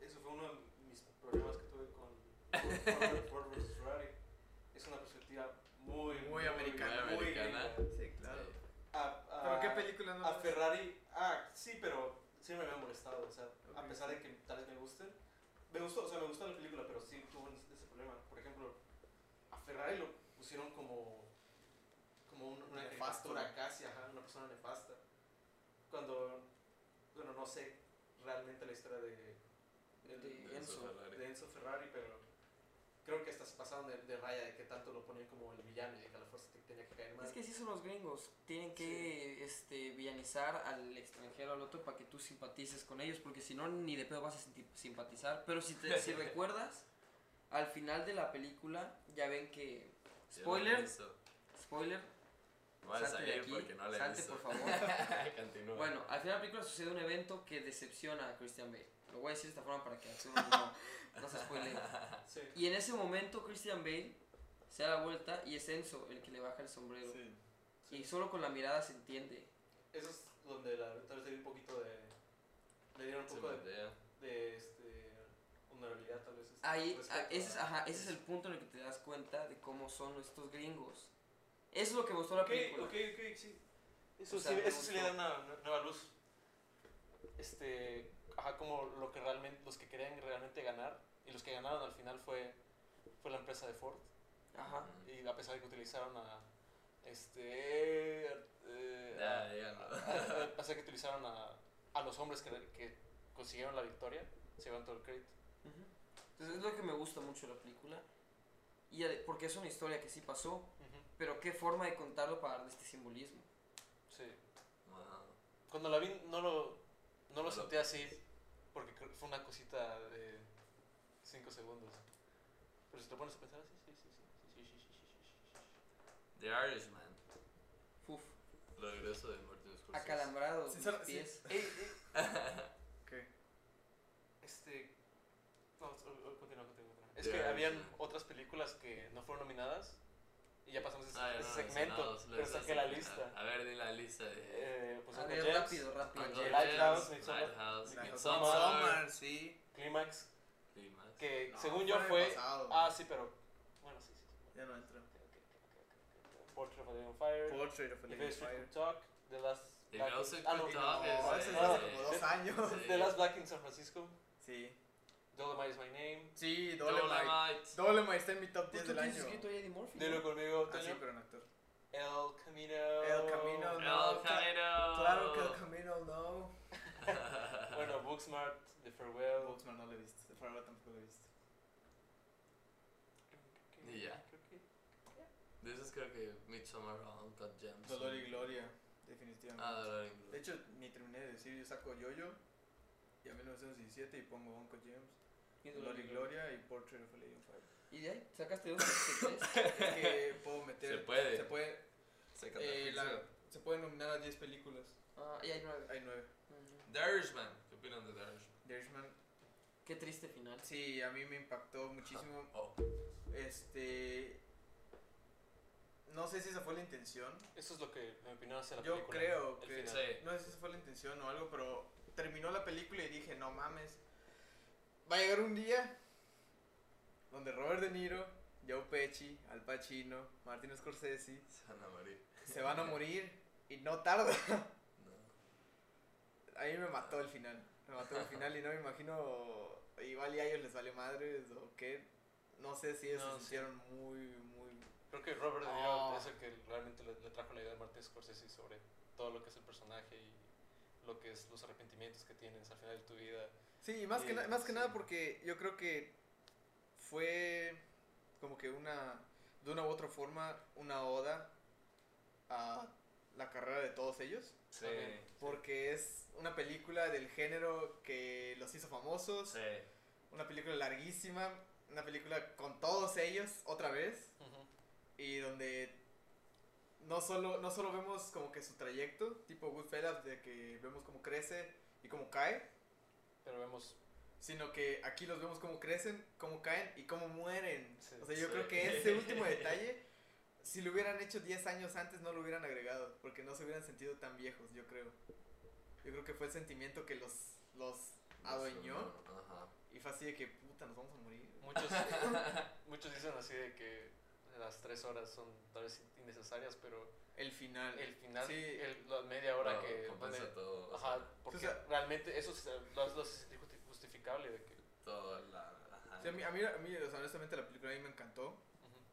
[SPEAKER 4] eso fue uno de mis problemas que tuve con (laughs) con Ford vs. Ferrari. Es una perspectiva muy,
[SPEAKER 2] Muy americana.
[SPEAKER 4] muy
[SPEAKER 1] Americana.
[SPEAKER 4] gringa.
[SPEAKER 2] Sí, claro.
[SPEAKER 4] A- a-
[SPEAKER 2] ¿Pero qué película no?
[SPEAKER 4] A Ferrari, ah, sí, pero siempre me ha molestado. O sea, a
[SPEAKER 2] Ok.
[SPEAKER 4] pesar de que tal vez me gusten, me gustó, o sea, me gustó la película, pero sí tuvo ese ese problema. Por ejemplo, a Ferrari lo pusieron como, como un- una
[SPEAKER 2] Nefasto,
[SPEAKER 4] caricatura
[SPEAKER 2] ¿no?
[SPEAKER 4] casi, ajá, una persona nefasta. Cuando, bueno, no sé realmente la historia de, el-
[SPEAKER 3] De-
[SPEAKER 1] De Enzo
[SPEAKER 3] Enzo.
[SPEAKER 1] Ferrari.
[SPEAKER 4] de Enzo Ferrari, pero creo que hasta se pasaron de, de raya de que tanto lo ponían como el villano y de que a la fuerza te tenía que caer mal.
[SPEAKER 3] es que sí son los gringos tienen que este villanizar al extranjero al otro para que tú simpatices con ellos porque si no ni de pedo vas a sinti- simpatizar pero si
[SPEAKER 1] (laughs)
[SPEAKER 3] te, si recuerdas al final de la película ya ven que
[SPEAKER 1] Ya lo
[SPEAKER 3] spoiler
[SPEAKER 1] hizo.
[SPEAKER 3] spoiler
[SPEAKER 1] Voy a
[SPEAKER 3] salte de
[SPEAKER 1] salir
[SPEAKER 3] aquí,
[SPEAKER 1] porque no le
[SPEAKER 3] salte
[SPEAKER 1] aviso.
[SPEAKER 3] por favor
[SPEAKER 1] (laughs) Continúa.
[SPEAKER 3] Bueno, al final de la película sucede un evento que decepciona a Christian Bale. Lo voy a decir de esta forma para que
[SPEAKER 1] (laughs)
[SPEAKER 3] Axel no, no se spoile.
[SPEAKER 4] Sí.
[SPEAKER 3] Y en ese momento Christian Bale se da la vuelta y es Enzo el que le baja el sombrero.
[SPEAKER 2] Sí.
[SPEAKER 3] Y solo con la mirada se entiende.
[SPEAKER 4] Eso es donde la, tal vez le di un poquito de. Le dieron un
[SPEAKER 1] Se
[SPEAKER 4] poco de,
[SPEAKER 1] voltea.
[SPEAKER 4] de, este, vulnerabilidad, tal vez. este,
[SPEAKER 3] Ahí,
[SPEAKER 4] respecto
[SPEAKER 3] ah, ese, es,
[SPEAKER 4] a-
[SPEAKER 3] ajá, ese es el punto en el que te das cuenta de cómo son estos gringos. Eso es lo que mostró la
[SPEAKER 4] Ok,
[SPEAKER 3] película.
[SPEAKER 4] ok, ok, sí. Eso,
[SPEAKER 3] O sea,
[SPEAKER 4] sí,
[SPEAKER 3] me
[SPEAKER 4] eso sí le da
[SPEAKER 3] gustó.
[SPEAKER 4] una, una nueva luz. Este. Ajá, como lo que realmente. Los que querían realmente ganar. Y los que ganaron al final fue. Fue la empresa de Ford.
[SPEAKER 3] Ajá.
[SPEAKER 1] Mm.
[SPEAKER 4] Y a pesar de que utilizaron a. Este. eh,
[SPEAKER 1] Ya, ya no.
[SPEAKER 4] a- a- Pasa que utilizaron a, a los hombres que, que consiguieron la victoria, se llevan todo el crédito.
[SPEAKER 3] Ujú. Entonces es lo que me gusta mucho de la película. Y ade- porque es una historia que sí pasó, pero qué forma de contarlo para darle este simbolismo.
[SPEAKER 4] Sí.
[SPEAKER 1] Wow.
[SPEAKER 4] Cuando la vi no lo,
[SPEAKER 1] No
[SPEAKER 4] no lo
[SPEAKER 1] lo
[SPEAKER 4] sentí así porque creo que fue una cosita de 5 segundos. Pero si te pones a pensar así, sí, sí, sí, sí, sí, sí, sí, sí, sí, sí.
[SPEAKER 1] The Irishman.
[SPEAKER 3] Uf,
[SPEAKER 1] Regreso de Ah, Martin Scorsese.
[SPEAKER 3] acalambrado,
[SPEAKER 2] Pues Sí,
[SPEAKER 3] mis
[SPEAKER 2] solo- sí.
[SPEAKER 3] pies.
[SPEAKER 4] Ey, ey,
[SPEAKER 2] ¿Qué?
[SPEAKER 4] este... No, o- o- continúa, continúa, continúa. Es
[SPEAKER 1] Ya,
[SPEAKER 4] que
[SPEAKER 1] ya,
[SPEAKER 4] habían
[SPEAKER 1] sí.
[SPEAKER 4] otras películas que no fueron nominadas y ya pasamos ese,
[SPEAKER 1] Ah, ya
[SPEAKER 4] ese
[SPEAKER 1] no,
[SPEAKER 4] segmento,
[SPEAKER 1] mencionados, lo
[SPEAKER 4] pero
[SPEAKER 1] hizo
[SPEAKER 4] saqué la
[SPEAKER 1] así.
[SPEAKER 4] lista.
[SPEAKER 1] A ver, di la lista de.
[SPEAKER 4] Eh, pues
[SPEAKER 3] A
[SPEAKER 4] Uncle
[SPEAKER 3] ver,
[SPEAKER 4] James,
[SPEAKER 3] rápido, rápido.
[SPEAKER 1] Uncle
[SPEAKER 4] Lighthouse,
[SPEAKER 1] James,
[SPEAKER 4] Midsommar.
[SPEAKER 1] Lighthouse,
[SPEAKER 2] La
[SPEAKER 1] Midsommar,
[SPEAKER 2] Midsommar, sí.
[SPEAKER 4] Climax,
[SPEAKER 1] Climax.
[SPEAKER 4] que
[SPEAKER 2] No,
[SPEAKER 4] según yo
[SPEAKER 2] en el
[SPEAKER 4] fue...
[SPEAKER 2] pasado.
[SPEAKER 4] Ah, sí, pero... Bueno, sí, sí. sí.
[SPEAKER 2] Ya no entra.
[SPEAKER 4] Portrait of a Lady on Fire.
[SPEAKER 2] Portrait of a
[SPEAKER 4] If
[SPEAKER 2] Lady
[SPEAKER 4] I
[SPEAKER 2] on
[SPEAKER 4] Should
[SPEAKER 2] Fire.
[SPEAKER 4] Talk, The Last
[SPEAKER 1] If
[SPEAKER 4] Black
[SPEAKER 1] I
[SPEAKER 4] in-
[SPEAKER 1] Should
[SPEAKER 4] ah, no,
[SPEAKER 1] Talk.
[SPEAKER 2] No,
[SPEAKER 1] Ah, sí,
[SPEAKER 2] ese es hace
[SPEAKER 1] sí.
[SPEAKER 2] como
[SPEAKER 4] (laughs)
[SPEAKER 2] dos años.
[SPEAKER 1] Sí.
[SPEAKER 4] The Last Black in San Francisco,
[SPEAKER 2] Sí.
[SPEAKER 4] Dolomite is My Name,
[SPEAKER 2] Sí, Dolemite.
[SPEAKER 1] Dolomite.
[SPEAKER 2] Dolemite está en mi top
[SPEAKER 3] Pues
[SPEAKER 2] 10
[SPEAKER 3] tú
[SPEAKER 2] del
[SPEAKER 3] tienes
[SPEAKER 2] año.
[SPEAKER 3] escrito a Eddie Murphy.
[SPEAKER 4] Dilo
[SPEAKER 3] ¿no?
[SPEAKER 4] conmigo,
[SPEAKER 2] Ah, sí,
[SPEAKER 4] Toño.
[SPEAKER 2] pero en actor.
[SPEAKER 4] El Camino.
[SPEAKER 2] El Camino.
[SPEAKER 1] El Camino.
[SPEAKER 2] No, Claro que el camino no.
[SPEAKER 4] Bueno, Booksmart, The Farewell.
[SPEAKER 2] Boxman no lo he visto. Fargo tampoco lo he visto.
[SPEAKER 1] Y ya. De esos creo que Midsommar o Uncut Gems.
[SPEAKER 2] Dolor y Gloria, definitivamente.
[SPEAKER 1] Ah, Dolor y
[SPEAKER 2] De
[SPEAKER 1] Gloria.
[SPEAKER 2] hecho, ni terminé de decir, yo saco Yo-Yo y a 1917 y pongo Uncle James,
[SPEAKER 3] Y de-
[SPEAKER 2] Dolor y Gloria y Portrait of a Lady on Fire.
[SPEAKER 3] Y de ahí sacaste dos de tres.
[SPEAKER 2] Es que puedo meter.
[SPEAKER 1] Se puede.
[SPEAKER 2] Se puede,
[SPEAKER 1] Se
[SPEAKER 2] eh,
[SPEAKER 1] catapulta.
[SPEAKER 2] la- se puede nominar a 10 películas.
[SPEAKER 3] (coughs) Ah, y hay nueve.
[SPEAKER 2] Hay 9.
[SPEAKER 3] Ujú.
[SPEAKER 1] The Irishman. ¿Qué opinan de The Irishman?
[SPEAKER 2] The Irishman,
[SPEAKER 3] Qué triste final.
[SPEAKER 2] sí, a mí me impactó muchísimo.
[SPEAKER 1] Oh,
[SPEAKER 2] Este. No sé si esa fue la intención.
[SPEAKER 4] Eso es lo que me opinó hacia la
[SPEAKER 2] Yo
[SPEAKER 4] película.
[SPEAKER 2] creo
[SPEAKER 4] el
[SPEAKER 2] que-
[SPEAKER 4] final.
[SPEAKER 1] sí.
[SPEAKER 2] No sé si esa fue la intención o algo, pero terminó la película y dije, no mames, va a llegar un día donde Robert De Niro, Joe Pesci, Al Pacino, Martin Scorsese
[SPEAKER 1] Santa María. (laughs)
[SPEAKER 2] se van a morir y no tarda.
[SPEAKER 1] No.
[SPEAKER 2] A mí me mató el final, me mató el final y no me imagino, igual y a ellos les vale madres o qué, no sé si ellos
[SPEAKER 4] No,
[SPEAKER 2] se
[SPEAKER 4] sí.
[SPEAKER 2] sintieron muy, muy...
[SPEAKER 4] Creo que Robert De Niro
[SPEAKER 2] Ah.
[SPEAKER 4] es el que realmente le, le trajo la idea de Martin Scorsese sobre todo lo que es el personaje y lo que es los arrepentimientos que tienes al final de tu vida.
[SPEAKER 2] eh, Sí, y más, que,
[SPEAKER 4] Sí,
[SPEAKER 2] na- más que
[SPEAKER 4] sí.
[SPEAKER 2] nada porque yo creo que fue como que una, de una u otra forma, una oda a la carrera de todos ellos.
[SPEAKER 1] Sí.
[SPEAKER 4] También.
[SPEAKER 2] Porque es una película del género que los hizo famosos.
[SPEAKER 1] Sí.
[SPEAKER 2] Una película larguísima. Una película con todos ellos, otra vez.
[SPEAKER 4] Ujú.
[SPEAKER 2] Y donde no solo, no solo vemos como que su trayecto, tipo Goodfellas, de que vemos cómo crece y cómo cae.
[SPEAKER 4] Pero vemos.
[SPEAKER 2] sino que aquí los vemos cómo crecen, cómo caen y cómo mueren.
[SPEAKER 4] Sí,
[SPEAKER 2] o sea, yo
[SPEAKER 1] sí.
[SPEAKER 2] creo que ese último detalle, si lo hubieran hecho 10 años antes, no lo hubieran agregado, porque no se hubieran sentido tan viejos, yo creo. Yo creo que fue el sentimiento que los, los adueñó
[SPEAKER 1] Ajá.
[SPEAKER 2] y fue así de que, puta, nos vamos a morir.
[SPEAKER 1] (laughs)
[SPEAKER 4] Muchos, muchos dicen así de que las tres horas son tal vez innecesarias, pero
[SPEAKER 2] El final.
[SPEAKER 4] el final,
[SPEAKER 2] Sí.
[SPEAKER 4] el- la media hora
[SPEAKER 1] No,
[SPEAKER 4] que.
[SPEAKER 1] compensa
[SPEAKER 4] donde-
[SPEAKER 1] todo. o
[SPEAKER 4] ajá,
[SPEAKER 1] sea,
[SPEAKER 4] porque
[SPEAKER 2] O sea-
[SPEAKER 4] realmente eso es lo, lo hace sentir justi- justificable. De que,
[SPEAKER 1] Todo la. Ajá.
[SPEAKER 2] O sea, a mí, a mí, a mí, o sea, honestamente, la película a mí me encantó,
[SPEAKER 4] ujú.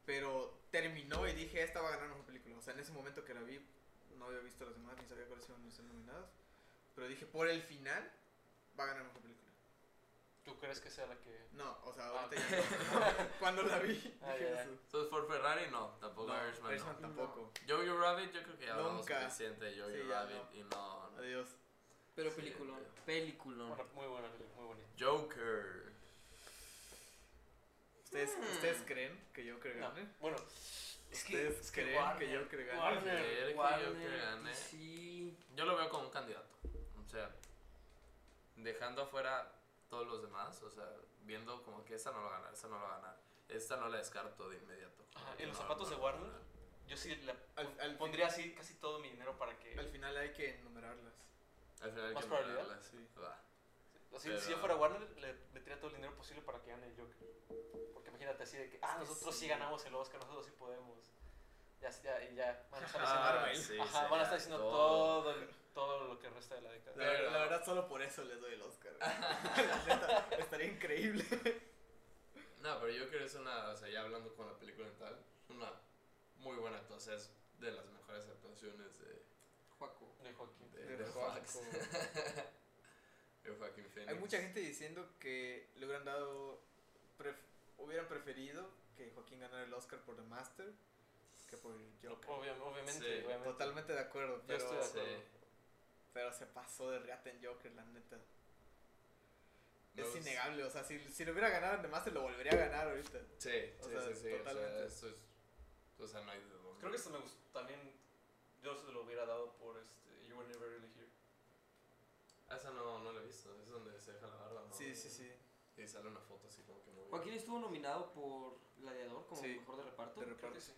[SPEAKER 2] pero terminó y dije, esta va a ganar mejor película. O sea, en ese momento que la vi, no había visto las demás, ni sabía cuáles iban a ser nominadas, pero dije, por el final, va a ganar mejor película.
[SPEAKER 4] ¿Tú crees que sea la que.?
[SPEAKER 2] No, o sea,
[SPEAKER 4] Ah,
[SPEAKER 2] ahorita ya no. (laughs) Cuando la vi, dije
[SPEAKER 4] Ah, ya, ya.
[SPEAKER 2] "Jesús".
[SPEAKER 1] Entonces, por Ferrari no, tampoco
[SPEAKER 2] No,
[SPEAKER 1] Irishman.
[SPEAKER 2] Irishman
[SPEAKER 1] No.
[SPEAKER 2] tampoco.
[SPEAKER 1] Jojo Rabbit, yo creo que ya hablamos
[SPEAKER 2] Nunca.
[SPEAKER 1] suficiente de Jojo
[SPEAKER 2] Sí, ya
[SPEAKER 1] Rabbit y no.
[SPEAKER 2] Adiós.
[SPEAKER 3] Pero
[SPEAKER 1] Sí,
[SPEAKER 3] peliculón,
[SPEAKER 1] pero-
[SPEAKER 3] peliculón.
[SPEAKER 4] Una muy buena película, muy bonita.
[SPEAKER 1] Joker.
[SPEAKER 2] ¿Ustedes,
[SPEAKER 3] Hmm.
[SPEAKER 2] ¿Ustedes creen que yo creo que
[SPEAKER 4] Mm. No,
[SPEAKER 2] gane?
[SPEAKER 4] bueno, es que.
[SPEAKER 2] ¿Ustedes
[SPEAKER 4] es que
[SPEAKER 2] creen que
[SPEAKER 4] Warner-
[SPEAKER 2] Joker gane?
[SPEAKER 1] ¿Creer
[SPEAKER 4] Warner.
[SPEAKER 1] que Joker gane?
[SPEAKER 3] sí.
[SPEAKER 1] Yo lo veo como un candidato. O sea, dejando afuera todos los demás, o sea, viendo como que esta no lo va a ganar, esta no lo va a ganar. Esta no la descarto de inmediato.
[SPEAKER 4] Ajá,
[SPEAKER 1] Como
[SPEAKER 4] ¿en
[SPEAKER 1] que
[SPEAKER 4] los
[SPEAKER 1] no,
[SPEAKER 4] zapatos
[SPEAKER 1] no
[SPEAKER 4] de
[SPEAKER 1] la va a
[SPEAKER 4] Warner?
[SPEAKER 1] ganar.
[SPEAKER 4] Yo sí la
[SPEAKER 2] Al- al
[SPEAKER 4] pondría así casi todo mi dinero para que.
[SPEAKER 2] Al final hay que enumerarlas.
[SPEAKER 1] Al final hay
[SPEAKER 4] ¿Más
[SPEAKER 1] que
[SPEAKER 4] probabilidad?
[SPEAKER 1] nombrarla, sí. Va.
[SPEAKER 4] Así,
[SPEAKER 1] Pero-
[SPEAKER 4] Si yo fuera Warner, le metería todo el dinero posible para que gane el Joker. Porque imagínate así de que, ah,
[SPEAKER 2] que
[SPEAKER 4] nosotros sí.
[SPEAKER 2] sí.
[SPEAKER 4] ganamos el Oscar, nosotros sí podemos. Ya, ya, y ya. Van a estar
[SPEAKER 2] Ah,
[SPEAKER 4] diciendo,
[SPEAKER 2] Marvel.
[SPEAKER 1] sí,
[SPEAKER 4] ajá, van a
[SPEAKER 1] sería
[SPEAKER 4] estar diciendo
[SPEAKER 1] todo.
[SPEAKER 4] todo, el- todo lo que resta de la
[SPEAKER 2] La,
[SPEAKER 4] década.
[SPEAKER 1] Pero-
[SPEAKER 2] la verdad, solo por eso les doy el
[SPEAKER 4] (laughs)
[SPEAKER 2] Oscar. La neta, estaría increíble.
[SPEAKER 1] No, pero Joker es una, o sea, ya hablando con la película en tal, una muy buena actuación, es de las mejores actuaciones de,
[SPEAKER 3] Juaco.
[SPEAKER 4] De Joaquín.
[SPEAKER 1] de,
[SPEAKER 2] De
[SPEAKER 1] de
[SPEAKER 2] Joaco.
[SPEAKER 1] Fox. de Joaquin Phoenix.
[SPEAKER 2] Hay mucha gente diciendo que le hubieran dado. pref- hubieran preferido que Joaquín ganara el Oscar por The Master que por Joker.
[SPEAKER 4] Obvia- obviamente,
[SPEAKER 1] Sí,
[SPEAKER 4] obviamente.
[SPEAKER 2] Totalmente de acuerdo,
[SPEAKER 4] Yo
[SPEAKER 2] pero,
[SPEAKER 4] estoy de acuerdo.
[SPEAKER 1] Sí.
[SPEAKER 2] pero se pasó de reata en Joker, la neta.
[SPEAKER 1] Me
[SPEAKER 2] es
[SPEAKER 1] gusta-
[SPEAKER 2] innegable, o sea, si, si lo hubiera ganado en The Master lo volvería a ganar ahorita.
[SPEAKER 1] Sí,
[SPEAKER 2] O
[SPEAKER 1] sí,
[SPEAKER 2] sea,
[SPEAKER 1] sí, sí, O
[SPEAKER 2] totalmente.
[SPEAKER 1] sea, esto es, o sea, no hay de dónde.
[SPEAKER 4] Creo que esto me gustó. También yo se lo hubiera dado por este, You Were Never Really Here.
[SPEAKER 1] Ah, Esa no, no la he visto, es donde se deja la barba, ¿no?
[SPEAKER 2] Sí, sí, sí.
[SPEAKER 1] Y sale una foto así como que muy...
[SPEAKER 3] Joaquín estuvo nominado por Gladiador como
[SPEAKER 2] Sí,
[SPEAKER 3] mejor de reparto.
[SPEAKER 2] de reparto.
[SPEAKER 4] Creo que sí.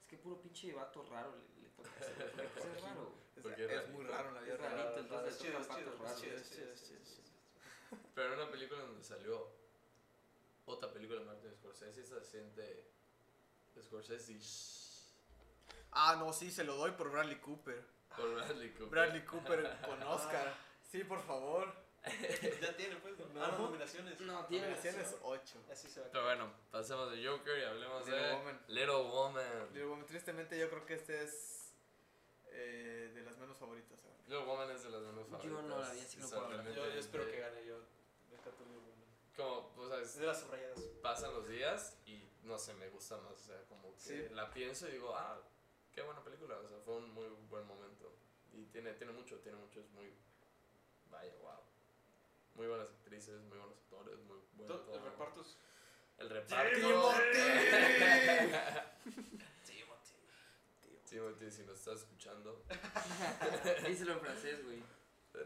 [SPEAKER 3] Es que puro pinche vato raro le, le toca hacer, porque es raro. güey.
[SPEAKER 2] Es,
[SPEAKER 1] Porque
[SPEAKER 2] es
[SPEAKER 1] rarito.
[SPEAKER 2] muy raro en la vida
[SPEAKER 3] Es
[SPEAKER 2] real.
[SPEAKER 3] rarito,
[SPEAKER 4] Raro,
[SPEAKER 3] entonces
[SPEAKER 4] raro,
[SPEAKER 3] le
[SPEAKER 4] es
[SPEAKER 3] tocan
[SPEAKER 4] chido, es
[SPEAKER 3] partes
[SPEAKER 4] chido, es
[SPEAKER 3] raras.
[SPEAKER 4] chido, es
[SPEAKER 2] Sí,
[SPEAKER 4] chido,
[SPEAKER 2] sí, sí,
[SPEAKER 4] es chido, es
[SPEAKER 2] sí.
[SPEAKER 4] chido.
[SPEAKER 1] Pero era una película donde salió otra película de Martin Scorsese, esa se siente Scorsese
[SPEAKER 2] Ah, no, sí, se lo doy por Bradley Cooper.
[SPEAKER 1] por Bradley Cooper.
[SPEAKER 2] Bradley
[SPEAKER 4] (laughs)
[SPEAKER 2] Cooper con Oscar. Sí, por favor.
[SPEAKER 4] Ya tiene, pues. No.
[SPEAKER 2] No.
[SPEAKER 4] nominaciones.
[SPEAKER 3] No, tiene
[SPEAKER 2] Nominaciones 8.
[SPEAKER 4] Así se va.
[SPEAKER 1] Pero bueno, pasemos de Joker y hablemos
[SPEAKER 2] Little
[SPEAKER 1] de
[SPEAKER 2] Woman.
[SPEAKER 1] Little Woman.
[SPEAKER 2] Pero bueno, tristemente yo creo que este es eh, de las menos favoritas. ¿sabes?
[SPEAKER 1] Little Woman es de las menos
[SPEAKER 3] Yo
[SPEAKER 1] favoritas.
[SPEAKER 3] no la vi, así que no puedo hablar.
[SPEAKER 1] Sorprendente.
[SPEAKER 4] Yo, yo espero que gane yo. Deja tu libro, ¿no?
[SPEAKER 1] Como, pues, o sea,
[SPEAKER 4] Es de las subrayadas.
[SPEAKER 1] pasan los días y no sé, me gusta más. O sea, como que
[SPEAKER 2] Sí.
[SPEAKER 1] la pienso y digo, ah, qué buena película. O sea, fue un muy buen momento. Y tiene, tiene mucho, tiene mucho. Es muy. Vaya, wow. Muy buenas actrices, muy buenos actores, muy buen
[SPEAKER 4] Todo-
[SPEAKER 1] todo.
[SPEAKER 4] el reparto es.
[SPEAKER 1] El reparto.
[SPEAKER 4] (laughs)
[SPEAKER 1] Timothy, si nos estás escuchando.
[SPEAKER 3] (laughs) Díselo en francés, güey.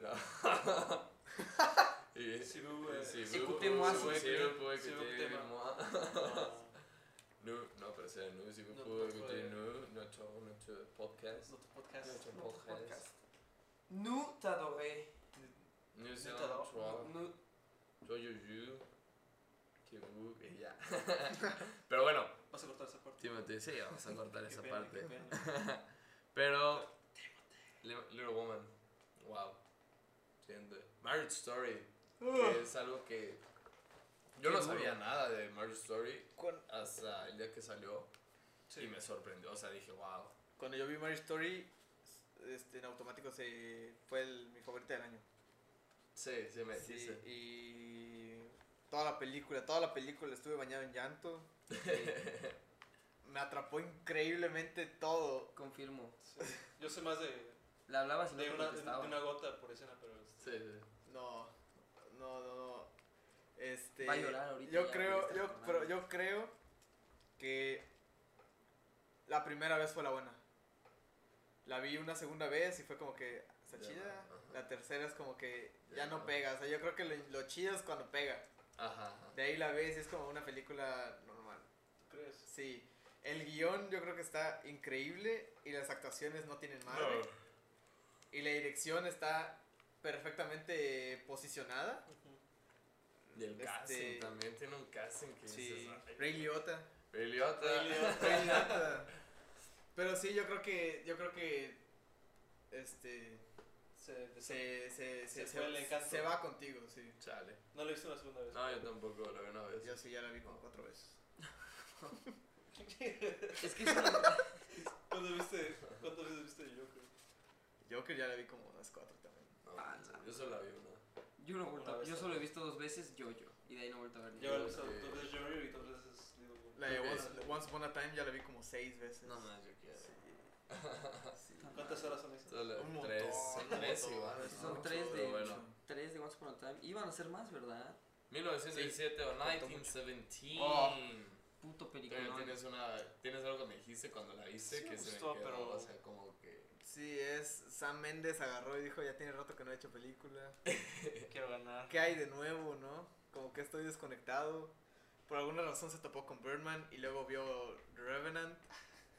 [SPEAKER 1] No. (laughs) y,
[SPEAKER 4] Si vous, eh,
[SPEAKER 1] si
[SPEAKER 4] si
[SPEAKER 1] vous-
[SPEAKER 4] vous
[SPEAKER 3] écoutez moi,
[SPEAKER 1] si
[SPEAKER 3] si
[SPEAKER 1] vous-
[SPEAKER 4] écoutez-
[SPEAKER 1] si vous pouvez
[SPEAKER 4] si vous
[SPEAKER 1] écouter
[SPEAKER 4] écoutez moi.
[SPEAKER 1] moi.
[SPEAKER 4] Ah,
[SPEAKER 1] No, no, pero sea, no, si vous
[SPEAKER 4] Notre
[SPEAKER 1] pouvez
[SPEAKER 4] podcast.
[SPEAKER 1] écouter nous, notre, notre podcast.
[SPEAKER 4] Notre podcast.
[SPEAKER 1] Notre
[SPEAKER 3] Notre
[SPEAKER 1] podcast.
[SPEAKER 3] podcast. Nous t'adoré.
[SPEAKER 1] Nous sommes
[SPEAKER 4] t'adorons.
[SPEAKER 1] trois
[SPEAKER 3] Nous...
[SPEAKER 1] joyeux jours que vous... y ya. (laughs) Pero bueno,
[SPEAKER 4] Vas a cortar esa parte.
[SPEAKER 1] Timothy, sí, vamos a cortar esa
[SPEAKER 4] Qué pena,
[SPEAKER 1] parte.
[SPEAKER 4] qué pena.
[SPEAKER 1] Pero. Li- Little Woman. Wow. Siguiente. Marriage Story.
[SPEAKER 2] Eh,
[SPEAKER 1] Que es algo que. Yo no
[SPEAKER 2] Qué
[SPEAKER 1] sabía
[SPEAKER 2] duro.
[SPEAKER 1] nada de Marriage Story
[SPEAKER 2] Cuando,
[SPEAKER 1] hasta el día que salió
[SPEAKER 4] Sí.
[SPEAKER 1] (laughs) y me sorprendió. O sea, dije, wow.
[SPEAKER 2] cuando yo vi Marriage Story, este, en automático se fue el- mi favorita del año.
[SPEAKER 1] Sí, sí me
[SPEAKER 2] Pues Sí,
[SPEAKER 1] dijiste.
[SPEAKER 2] (laughs) y toda la película, toda la película estuve bañado en llanto. me atrapó increíblemente todo.
[SPEAKER 3] Confirmo.
[SPEAKER 4] Sí. Yo soy más de,
[SPEAKER 3] Le hablabas y no
[SPEAKER 4] de
[SPEAKER 3] te
[SPEAKER 4] una, de
[SPEAKER 3] contestaba.
[SPEAKER 4] una gota por escena, pero.
[SPEAKER 1] Sí, sí.
[SPEAKER 2] No, no, no, no. Este,
[SPEAKER 3] Va a llorar ahorita
[SPEAKER 2] Yo
[SPEAKER 3] ya,
[SPEAKER 2] creo,
[SPEAKER 3] porque está
[SPEAKER 2] yo,
[SPEAKER 3] recordando.
[SPEAKER 2] pero yo creo que la primera vez fue la buena. La vi una segunda vez y fue como que está
[SPEAKER 1] Ya,
[SPEAKER 2] chida.
[SPEAKER 1] ajá.
[SPEAKER 2] La tercera es como que ya,
[SPEAKER 1] Ya,
[SPEAKER 2] no
[SPEAKER 1] no.
[SPEAKER 2] pega. O sea, yo creo que lo, lo chido es cuando pega.
[SPEAKER 1] Ajá, ajá.
[SPEAKER 2] De ahí la ves y es como una película normal.
[SPEAKER 4] ¿Tú crees?
[SPEAKER 2] Sí. El guión yo creo que está increíble y las actuaciones no tienen madre. Y la dirección está perfectamente posicionada.
[SPEAKER 1] Y el
[SPEAKER 2] Este-
[SPEAKER 1] casting también tiene un casting que
[SPEAKER 2] Sí.
[SPEAKER 1] dices, "Ay,
[SPEAKER 2] Ray Liotta.
[SPEAKER 1] Ray Liotta".
[SPEAKER 2] Ray Liotta. Pero sí, yo creo que. Yo creo que. Este.
[SPEAKER 4] Se-
[SPEAKER 2] Se,
[SPEAKER 4] se-
[SPEAKER 2] se,
[SPEAKER 4] Se
[SPEAKER 2] se,
[SPEAKER 4] fue el encanto.
[SPEAKER 2] se va contigo, sí.
[SPEAKER 1] Chale.
[SPEAKER 4] No lo he visto una segunda vez.
[SPEAKER 1] No, yo tampoco lo vi una vez.
[SPEAKER 2] Yo sí ya la vi como cuatro veces.
[SPEAKER 3] Es que es una-
[SPEAKER 4] (laughs) ¿Cuándo viste, ¿Cuántas veces viste el Joker?
[SPEAKER 2] Joker ya la vi como unas cuatro también.
[SPEAKER 1] No,
[SPEAKER 3] Panza.
[SPEAKER 1] yo solo la vi una.
[SPEAKER 3] yo, no he
[SPEAKER 4] Una
[SPEAKER 3] vuelto,
[SPEAKER 4] vez
[SPEAKER 3] yo
[SPEAKER 4] solo.
[SPEAKER 3] solo he visto dos veces Yo-Yo. Y de ahí no he vuelto a ver ni
[SPEAKER 4] Yo
[SPEAKER 1] Yo
[SPEAKER 4] he
[SPEAKER 3] una.
[SPEAKER 4] visto
[SPEAKER 1] que-
[SPEAKER 4] dos veces Joker y dos veces Little Woman.
[SPEAKER 2] La de
[SPEAKER 1] Ok.
[SPEAKER 2] Once, Once Upon a Time ya la vi como seis veces.
[SPEAKER 1] No más, yo quiero. (laughs)
[SPEAKER 2] Sí. Sí.
[SPEAKER 4] ¿Cuántas horas son esas?
[SPEAKER 1] Solo
[SPEAKER 2] Un
[SPEAKER 1] tres. Son
[SPEAKER 2] montón, un
[SPEAKER 1] tres
[SPEAKER 2] montón.
[SPEAKER 1] igual.
[SPEAKER 2] Sí,
[SPEAKER 3] Son
[SPEAKER 1] ¿no?
[SPEAKER 3] tres de
[SPEAKER 1] Pero bueno.
[SPEAKER 3] Tres de Once Upon a Time. Iban a ser más, ¿verdad?
[SPEAKER 1] 1917 o
[SPEAKER 3] faltó mucho.
[SPEAKER 1] 1917.
[SPEAKER 3] Oh,
[SPEAKER 1] Tienes-
[SPEAKER 3] Puto peliculón.
[SPEAKER 1] Tienes, una, tienes algo que me dijiste cuando la viste
[SPEAKER 4] Sí me
[SPEAKER 1] que se me
[SPEAKER 4] gustó,
[SPEAKER 1] quedó,
[SPEAKER 4] pero-
[SPEAKER 1] o sea, como que...
[SPEAKER 2] Sí, es Sam Méndez agarró y dijo, ya tiene rato que no he hecho película.
[SPEAKER 4] Quiero ganar.
[SPEAKER 2] ¿Qué hay de nuevo, no? Como que estoy desconectado. Por alguna razón se topó con Birdman y luego vio The Revenant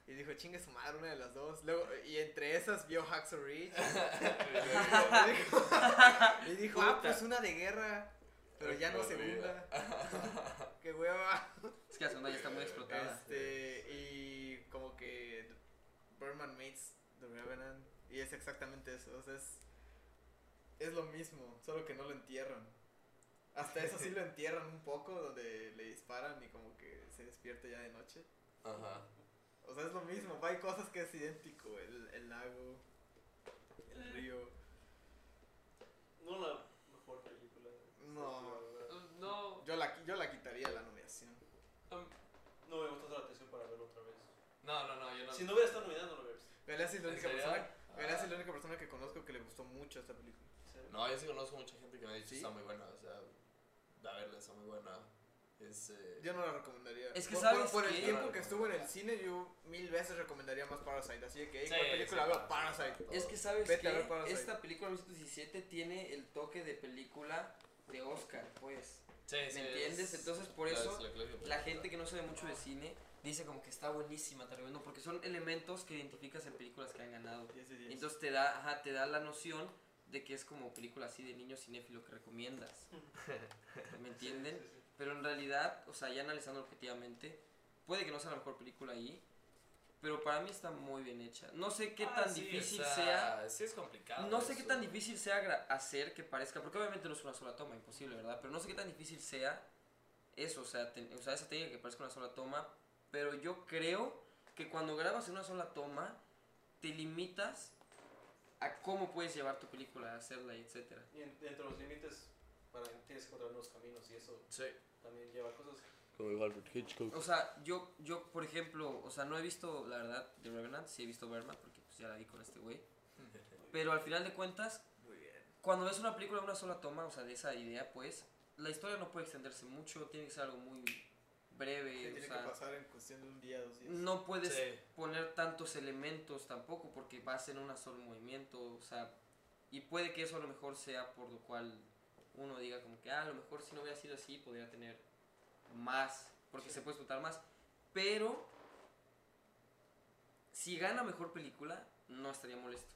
[SPEAKER 2] y dijo, chingue su madre, una de las dos. Luego, y entre esas vio Hacksaw Ridge y dijo, y dijo, ah,
[SPEAKER 1] Puta.
[SPEAKER 2] pues una de guerra, pero ya no
[SPEAKER 1] Olvida.
[SPEAKER 2] segunda. Qué hueva.
[SPEAKER 3] Es que la segunda ya está muy explotada.
[SPEAKER 2] Este, y como que Birdman meets The Revenant. Y es exactamente eso. O sea, es, es lo mismo, solo que no lo entierran. Hasta eso sí lo entierran un poco, donde le disparan y como que se despierta ya de noche.
[SPEAKER 1] Ajá.
[SPEAKER 2] O sea, es lo mismo. Hay cosas que es idéntico: el, el lago,
[SPEAKER 1] Eh.
[SPEAKER 2] el río.
[SPEAKER 4] No la mejor película.
[SPEAKER 2] No.
[SPEAKER 4] la verdad.
[SPEAKER 1] No,
[SPEAKER 2] Yo la, qui- yo la quitaría la nominación.
[SPEAKER 4] No me gustó la atención para verlo otra vez.
[SPEAKER 1] no, no, no, yo no...
[SPEAKER 4] Si no hubiera estado nominada, no lo hubiera visto.
[SPEAKER 2] Galeazzi es la
[SPEAKER 1] ¿En
[SPEAKER 2] única
[SPEAKER 1] serio?
[SPEAKER 2] persona. Galeazzi
[SPEAKER 1] Ah.
[SPEAKER 2] es la única persona que conozco que le gustó mucho esta película.
[SPEAKER 4] ¿Sí?
[SPEAKER 1] No, yo sí conozco mucha gente que me ha dicho
[SPEAKER 2] ¿Sí?
[SPEAKER 1] está muy buena, o sea, a verla, está muy buena. Es, eh,
[SPEAKER 2] Yo no la recomendaría.
[SPEAKER 3] Es que
[SPEAKER 2] por,
[SPEAKER 3] ¿sabes
[SPEAKER 2] por- por
[SPEAKER 3] qué?
[SPEAKER 2] el tiempo que estuvo en el cine, yo mil veces recomendaría más Parasite. Así que, hey,
[SPEAKER 1] Sí,
[SPEAKER 2] ¿cuál película
[SPEAKER 1] sí,
[SPEAKER 2] veo?
[SPEAKER 1] Parasite.
[SPEAKER 2] Parasite.
[SPEAKER 3] Es que sabes
[SPEAKER 2] Vete a
[SPEAKER 3] que
[SPEAKER 2] ver Parasite.
[SPEAKER 3] esta película 1917 tiene el toque de película de Oscar, pues.
[SPEAKER 1] sí, sí,
[SPEAKER 3] ¿Me entiendes? Entonces, por
[SPEAKER 1] la-
[SPEAKER 3] eso,
[SPEAKER 1] es la clásica
[SPEAKER 3] La
[SPEAKER 1] película.
[SPEAKER 3] gente que no sabe mucho de cine dice como que está buenísima, te recomiendo, porque son elementos que identificas en películas que han ganado.
[SPEAKER 2] Diez de diez.
[SPEAKER 3] Entonces te da, ajá, te da la noción de que es como película así de niño cinéfilo que
[SPEAKER 1] (laughs)
[SPEAKER 3] recomiendas. ¿Me entienden?
[SPEAKER 4] Sí, sí, sí.
[SPEAKER 3] Pero en realidad, o sea, ya analizando objetivamente, puede que no sea la mejor película ahí, pero para mí está muy bien hecha. No sé qué
[SPEAKER 1] Ah,
[SPEAKER 3] tan
[SPEAKER 1] sí,
[SPEAKER 3] difícil
[SPEAKER 1] o sea,
[SPEAKER 3] sea
[SPEAKER 1] Sí, es complicado.
[SPEAKER 3] no sé qué
[SPEAKER 1] eso.
[SPEAKER 3] tan difícil sea gra- hacer que parezca, porque obviamente no es una sola toma, imposible, ¿verdad? Pero no sé qué tan difícil sea eso, o sea, ten- o sea, esa técnica que parezca una sola toma, pero yo creo que cuando grabas en una sola toma, te limitas a cómo puedes llevar tu película, hacerla, y etcétera.
[SPEAKER 4] Y en- entre los límites, para, tienes que encontrar nuevos caminos y eso
[SPEAKER 1] Sí.
[SPEAKER 4] también lleva cosas.
[SPEAKER 1] Como igual por Hitchcock.
[SPEAKER 3] O sea, yo, yo, por ejemplo, o sea, no he visto, la verdad, The Revenant, sí he visto Berman, porque pues, ya la vi con este güey, pero al final de cuentas,
[SPEAKER 2] Muy bien.
[SPEAKER 3] cuando ves una película en una sola toma, o sea, de esa idea, pues, la historia no puede extenderse mucho, tiene que ser algo muy
[SPEAKER 2] Sí,
[SPEAKER 3] breve,
[SPEAKER 2] tiene
[SPEAKER 3] o
[SPEAKER 2] que
[SPEAKER 3] sea,
[SPEAKER 2] pasar en cuestión de un día, dos días.
[SPEAKER 3] no puedes
[SPEAKER 1] Sí.
[SPEAKER 3] poner tantos elementos tampoco, porque vas en un solo movimiento, o sea, y puede que eso a lo mejor sea por lo cual uno diga como que, ah, a lo mejor si no hubiera sido así, podría tener más, porque se puede explotar más, pero si gana mejor película, no estaría molesto.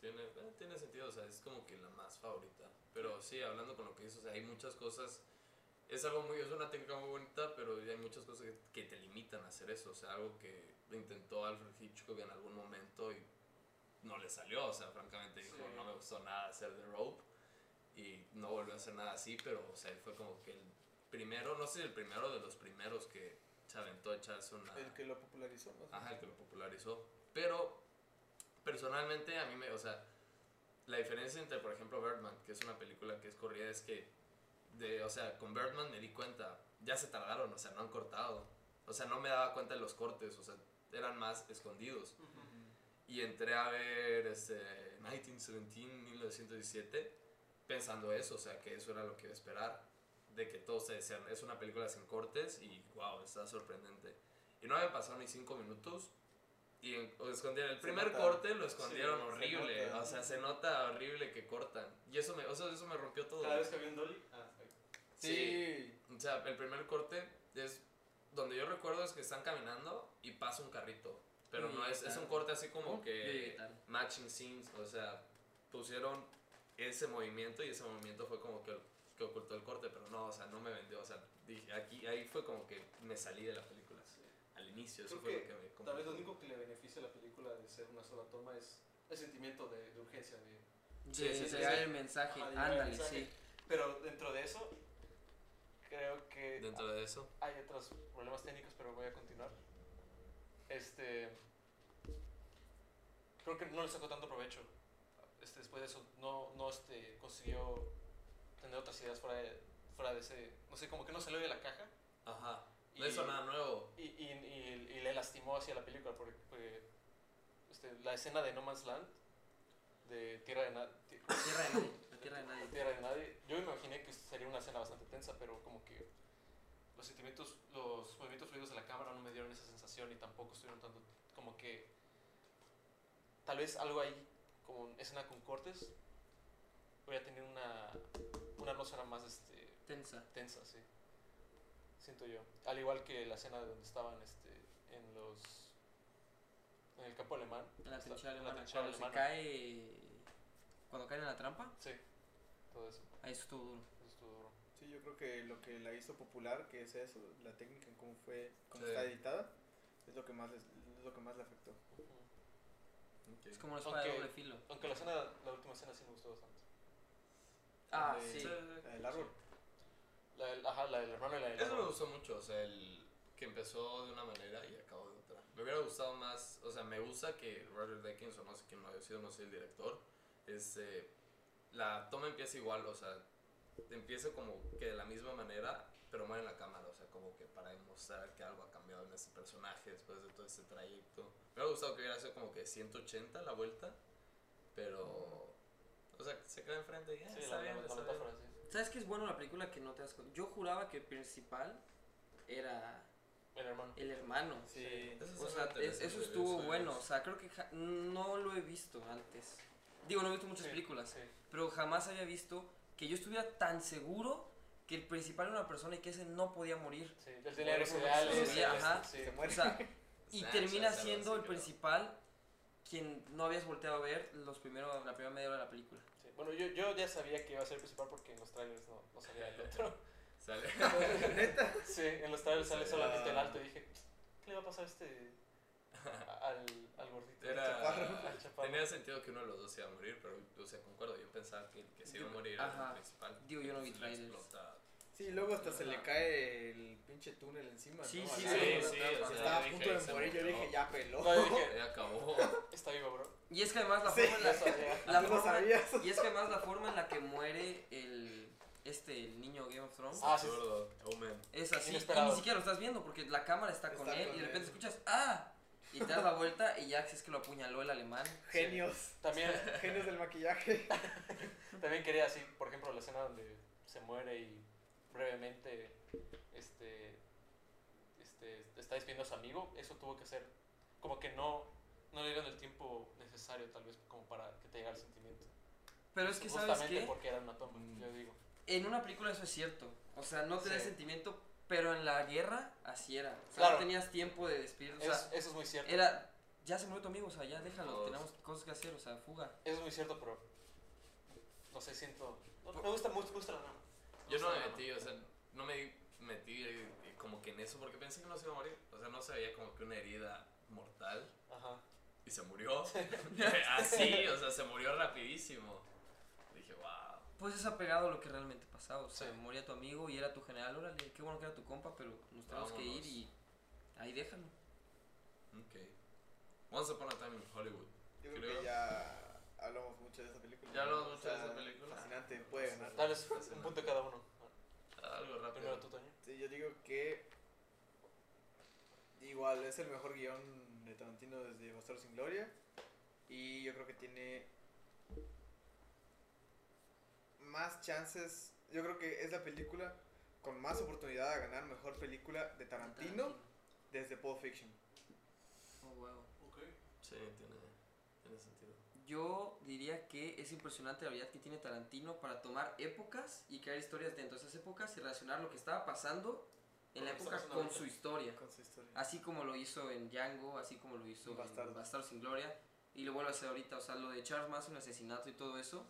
[SPEAKER 1] Tiene, eh, tiene sentido, o sea, es como que la más favorita. Pero sí, hablando con lo que dices, o sea, hay muchas cosas. Es algo muy, es una técnica muy bonita, pero hay muchas cosas que, que te limitan a hacer eso. O sea, algo que intentó Alfred Hitchcock en algún momento y no le salió. O sea, francamente dijo,
[SPEAKER 4] Sí.
[SPEAKER 1] no me gustó nada hacer The Rope y no volvió a hacer nada así, pero, o sea, él fue como que el primero, no sé si el primero de los primeros que se aventó a echarse una.
[SPEAKER 2] El que lo popularizó más.
[SPEAKER 1] Ajá, el que lo popularizó. Pero, personalmente, a mí me. O sea, la diferencia entre, por ejemplo, Birdman, que es una película que es corrida, es que. De, o sea, con Birdman me di cuenta, ya se tardaron, o sea, no han cortado. O sea, no me daba cuenta de los cortes, o sea, eran más escondidos. Y entré a ver este, 1917, 1917, pensando eso, o sea, que eso era lo que iba a esperar, de que todo se decían, es una película sin cortes y wow, está sorprendente. Y no había pasado ni cinco minutos y en- o escondieron, el
[SPEAKER 4] Se
[SPEAKER 1] primer
[SPEAKER 4] nota.
[SPEAKER 1] corte lo escondieron
[SPEAKER 4] Sí, se
[SPEAKER 1] horrible,
[SPEAKER 4] nota.
[SPEAKER 1] o sea, se nota horrible que cortan. Y eso me, o sea, eso me rompió todo.
[SPEAKER 4] Cada vez que había un dolly. Ah, ahí.
[SPEAKER 1] Sí. O sea, el primer corte es donde yo recuerdo es que están caminando y pasa un carrito. Pero
[SPEAKER 3] Yo
[SPEAKER 1] no
[SPEAKER 3] llegué
[SPEAKER 1] es, es un
[SPEAKER 3] tarde.
[SPEAKER 1] corte así como
[SPEAKER 3] Yo llegué
[SPEAKER 1] que
[SPEAKER 3] tarde.
[SPEAKER 1] matching scenes, o sea, pusieron ese movimiento y ese movimiento fue como que, que ocultó el corte, pero no, o sea, no me vendió, o sea, dije, aquí, ahí fue como que me salí de la película, al inicio, eso
[SPEAKER 4] Creo
[SPEAKER 1] fue
[SPEAKER 4] que
[SPEAKER 1] lo que me...
[SPEAKER 4] Tal vez
[SPEAKER 1] confundió.
[SPEAKER 4] lo único que le beneficia a la película de ser una sola toma es el sentimiento de, de urgencia. de-
[SPEAKER 1] Sí,
[SPEAKER 3] de
[SPEAKER 1] sí, sí,
[SPEAKER 3] llegar
[SPEAKER 1] sí.
[SPEAKER 3] el mensaje,
[SPEAKER 4] Ajá, de llegar el
[SPEAKER 3] ándale,
[SPEAKER 4] mensaje.
[SPEAKER 3] sí.
[SPEAKER 4] Pero dentro de eso, creo que
[SPEAKER 1] Dentro de eso,
[SPEAKER 4] hay otros problemas técnicos, pero voy a continuar. Este. Creo que no le sacó tanto provecho. Este, después de eso, no, no este, consiguió tener otras ideas fuera de, fuera de ese. No sé, como que no salió de la caja.
[SPEAKER 1] ajá,
[SPEAKER 4] Y,
[SPEAKER 1] no hizo nada nuevo.
[SPEAKER 4] Y, y, y- y le lastimó hacia la película porque, porque, este, la escena de No Man's Land, de Tierra de Nadie.
[SPEAKER 3] Tierra de nadie, la tierra de nadie.
[SPEAKER 4] Tierra de Nadie. Yo me imaginé que sería una escena bastante tensa, pero como que los sentimientos, los movimientos fluidos de la cámara no me dieron esa sensación y tampoco estuvieron tanto como que tal vez algo ahí como una escena con cortes hubiera tenido una una atmósfera más este
[SPEAKER 3] Tensa.
[SPEAKER 4] tensa, sí. Siento yo. Al igual que la escena de donde estaban este en los en el campo alemán.
[SPEAKER 3] En la
[SPEAKER 4] Está-
[SPEAKER 3] trinchera
[SPEAKER 4] en la
[SPEAKER 3] alemana.
[SPEAKER 4] trinchera
[SPEAKER 3] cuando se
[SPEAKER 4] alemana.
[SPEAKER 3] cae. Cuando caen en la trampa,
[SPEAKER 4] Sí. Todo eso.
[SPEAKER 3] ahí estuvo duro.
[SPEAKER 4] Eso estuvo duro.
[SPEAKER 2] Sí, yo creo que lo que la hizo popular, que es eso, la técnica en cómo fue, cómo
[SPEAKER 1] Sí.
[SPEAKER 2] está editada, es lo que más les- es lo que más le afectó.
[SPEAKER 1] Ok.
[SPEAKER 3] Es como una espada
[SPEAKER 4] Aunque-
[SPEAKER 3] de doble filo.
[SPEAKER 4] Aunque la escena, la última escena sí me gustó bastante.
[SPEAKER 3] Ah,
[SPEAKER 2] Eh,
[SPEAKER 3] sí.
[SPEAKER 1] Sí.
[SPEAKER 2] La del árbol.
[SPEAKER 4] La del, ajá, la del hermano y la del
[SPEAKER 1] Eso me
[SPEAKER 4] hermano.
[SPEAKER 1] gustó mucho, o sea, el que empezó de una manera y acabó de otra. Me hubiera gustado más, o sea, me gusta que Roger Deakins, o no sé quién lo haya sido, no sé el director, este, la toma empieza igual, o sea, empieza como que de la misma manera, pero mueve la cámara, o sea, como que para demostrar que algo ha cambiado en ese personaje después de todo este trayecto. Me hubiera gustado que hubiera sido como que 180 la vuelta, pero, o sea, se queda enfrente y ya,
[SPEAKER 4] Sí,
[SPEAKER 1] está
[SPEAKER 4] la, la,
[SPEAKER 1] bien,
[SPEAKER 4] la
[SPEAKER 1] está bien.
[SPEAKER 4] metáfora, sí.
[SPEAKER 3] ¿Sabes qué es bueno la película que no te das cuenta? Yo juraba que el principal era
[SPEAKER 4] El hermano.
[SPEAKER 3] el hermano.
[SPEAKER 2] Sí.
[SPEAKER 1] Eso
[SPEAKER 3] O
[SPEAKER 1] es
[SPEAKER 3] sea,
[SPEAKER 1] algo
[SPEAKER 3] es- eso
[SPEAKER 1] interesante,
[SPEAKER 3] estuvo
[SPEAKER 1] es-
[SPEAKER 3] bueno. O sea, creo que ja- no lo he visto antes. Digo, no he visto muchas
[SPEAKER 4] Sí,
[SPEAKER 3] películas,
[SPEAKER 4] Sí.
[SPEAKER 3] pero jamás había visto que yo estuviera tan seguro que el principal era una persona y que ese no podía morir.
[SPEAKER 4] Sí, el de la
[SPEAKER 2] Sí,
[SPEAKER 4] RCA.
[SPEAKER 1] sí,
[SPEAKER 3] ajá.
[SPEAKER 4] Sí.
[SPEAKER 2] Se
[SPEAKER 3] O
[SPEAKER 2] muere.
[SPEAKER 3] sea, y
[SPEAKER 1] Snatch,
[SPEAKER 3] termina
[SPEAKER 1] o sea, algo
[SPEAKER 3] siendo
[SPEAKER 1] así
[SPEAKER 3] el
[SPEAKER 1] que no.
[SPEAKER 3] principal quien no habías volteado a ver los primero, la primera media hora de la película.
[SPEAKER 4] Sí. Bueno, yo, yo ya sabía que iba a ser el principal porque en los trailers no, no salía el
[SPEAKER 1] (laughs)
[SPEAKER 4] otro.
[SPEAKER 1] Sale.
[SPEAKER 4] (laughs) sí, en los trailers sale
[SPEAKER 1] Sí. ah.
[SPEAKER 4] solamente el alto y dije, ¿qué le va a pasar a este. a- al, al gordito? al
[SPEAKER 1] Era-
[SPEAKER 4] chaparro, al chaparro?
[SPEAKER 1] Tenía sentido que uno de los dos se iba a morir, pero, o sea, concuerdo, yo pensaba que el que se iba a morir era
[SPEAKER 3] Ajá.
[SPEAKER 1] el principal.
[SPEAKER 3] Digo, yo no vi
[SPEAKER 1] Se le
[SPEAKER 3] trailers.
[SPEAKER 1] explota.
[SPEAKER 2] Sí, luego hasta se le cae el pinche túnel encima.
[SPEAKER 3] Sí,
[SPEAKER 2] ¿no?
[SPEAKER 3] sí,
[SPEAKER 2] Al árbol.
[SPEAKER 3] sí, sí,
[SPEAKER 1] o sea,
[SPEAKER 2] Estaba a
[SPEAKER 1] dije,
[SPEAKER 2] punto de
[SPEAKER 1] se
[SPEAKER 2] morir, yo
[SPEAKER 1] murió.
[SPEAKER 2] dije, ya
[SPEAKER 4] (laughs)
[SPEAKER 2] peló.
[SPEAKER 4] No, yo dije,
[SPEAKER 1] Ya acabó.
[SPEAKER 4] está vivo, bro.
[SPEAKER 3] Y es que además la
[SPEAKER 2] Sí.
[SPEAKER 3] forma en
[SPEAKER 4] Ya
[SPEAKER 3] la,
[SPEAKER 4] sabía.
[SPEAKER 3] la
[SPEAKER 2] Tú lo
[SPEAKER 3] forma-
[SPEAKER 2] sabías.
[SPEAKER 3] y es que además la forma en la que muere el este el niño Game of Thrones
[SPEAKER 4] Ah, sí.
[SPEAKER 1] Absurdo. Omen.
[SPEAKER 3] es así y
[SPEAKER 4] Inesperado.
[SPEAKER 3] ni siquiera lo estás viendo porque la cámara está, con
[SPEAKER 2] Está
[SPEAKER 3] él
[SPEAKER 2] con
[SPEAKER 3] y de repente
[SPEAKER 2] él.
[SPEAKER 3] escuchas ah y te das la vuelta y ya es que lo apuñaló el alemán.
[SPEAKER 2] Genios.
[SPEAKER 4] También,
[SPEAKER 2] Genios del maquillaje.
[SPEAKER 4] también quería así, por ejemplo, la escena donde se muere y brevemente este, este, está despidiendo a su amigo, eso tuvo que ser como que no, no le dieron el tiempo necesario tal vez como para que te llegara el sentimiento.
[SPEAKER 3] Pero es que sabes
[SPEAKER 4] Justamente
[SPEAKER 3] qué?
[SPEAKER 4] porque era una toma,
[SPEAKER 1] Mm.
[SPEAKER 4] yo digo.
[SPEAKER 3] en una película eso es cierto, o sea no te da
[SPEAKER 4] Sí.
[SPEAKER 3] sentimiento, pero en la guerra así era, o sea
[SPEAKER 4] Claro.
[SPEAKER 3] no tenías tiempo de despedir, o sea
[SPEAKER 4] Es- eso es muy cierto.
[SPEAKER 3] era ya se murió tu amigo, o sea ya déjalo,
[SPEAKER 1] Todos.
[SPEAKER 3] tenemos cosas que hacer, o sea fuga.
[SPEAKER 4] Eso es muy cierto, pero no sé, siento... no- me gusta mucho, me gusta la trama.
[SPEAKER 1] Yo no
[SPEAKER 4] gusta
[SPEAKER 1] me
[SPEAKER 4] la trama.
[SPEAKER 1] metí, o sea, no me metí eh, como que en eso porque pensé que no se iba a morir. O sea, no se veía como que una herida mortal
[SPEAKER 4] Ajá.
[SPEAKER 1] y se murió. (laughs) Así, o sea, se murió rapidísimo. Dije, wow.
[SPEAKER 3] Pues es apegado a lo que realmente pasaba. O sea,
[SPEAKER 4] Sí.
[SPEAKER 3] moría tu amigo y era tu general. Órale, qué bueno que era tu compa, pero nos tenemos que ir
[SPEAKER 1] Vámonos.
[SPEAKER 3] y ahí déjalo.
[SPEAKER 1] Ok. Once Upon a Time in Hollywood.
[SPEAKER 2] Yo creo,
[SPEAKER 1] Creo.
[SPEAKER 2] que ya hablamos mucho de esa película.
[SPEAKER 1] Ya hablamos
[SPEAKER 2] ¿no?
[SPEAKER 1] mucho de esa película.
[SPEAKER 2] Fascinante, puede ganar.
[SPEAKER 4] Tal vez un punto cada uno.
[SPEAKER 1] Algo rápido.
[SPEAKER 4] Primero tú, Toño.
[SPEAKER 2] Sí, yo digo que igual, es el mejor guión de Tarantino desde Bastardo sin Gloria. Y yo creo que tiene más chances. Yo creo que es la película con más oportunidad a ganar mejor película de Tarantino desde Pulp Fiction.
[SPEAKER 3] Oh, wow.
[SPEAKER 4] Ok.
[SPEAKER 1] Sí, tiene, tiene sentido.
[SPEAKER 3] Yo diría que es impresionante la habilidad que tiene Tarantino para tomar épocas y crear historias dentro de esas épocas y relacionar lo que estaba pasando en
[SPEAKER 1] Con
[SPEAKER 3] la
[SPEAKER 1] lo que
[SPEAKER 3] época
[SPEAKER 1] está pasando
[SPEAKER 3] con
[SPEAKER 1] ahorita.
[SPEAKER 3] su historia.
[SPEAKER 2] Con su historia.
[SPEAKER 1] Ah,
[SPEAKER 3] Así como lo hizo en Django, así como lo hizo
[SPEAKER 2] Bastardo.
[SPEAKER 3] en Bastardo sin Gloria. Y lo vuelve a hacer ahorita, o sea, lo de Charles Manson, el asesinato y todo eso.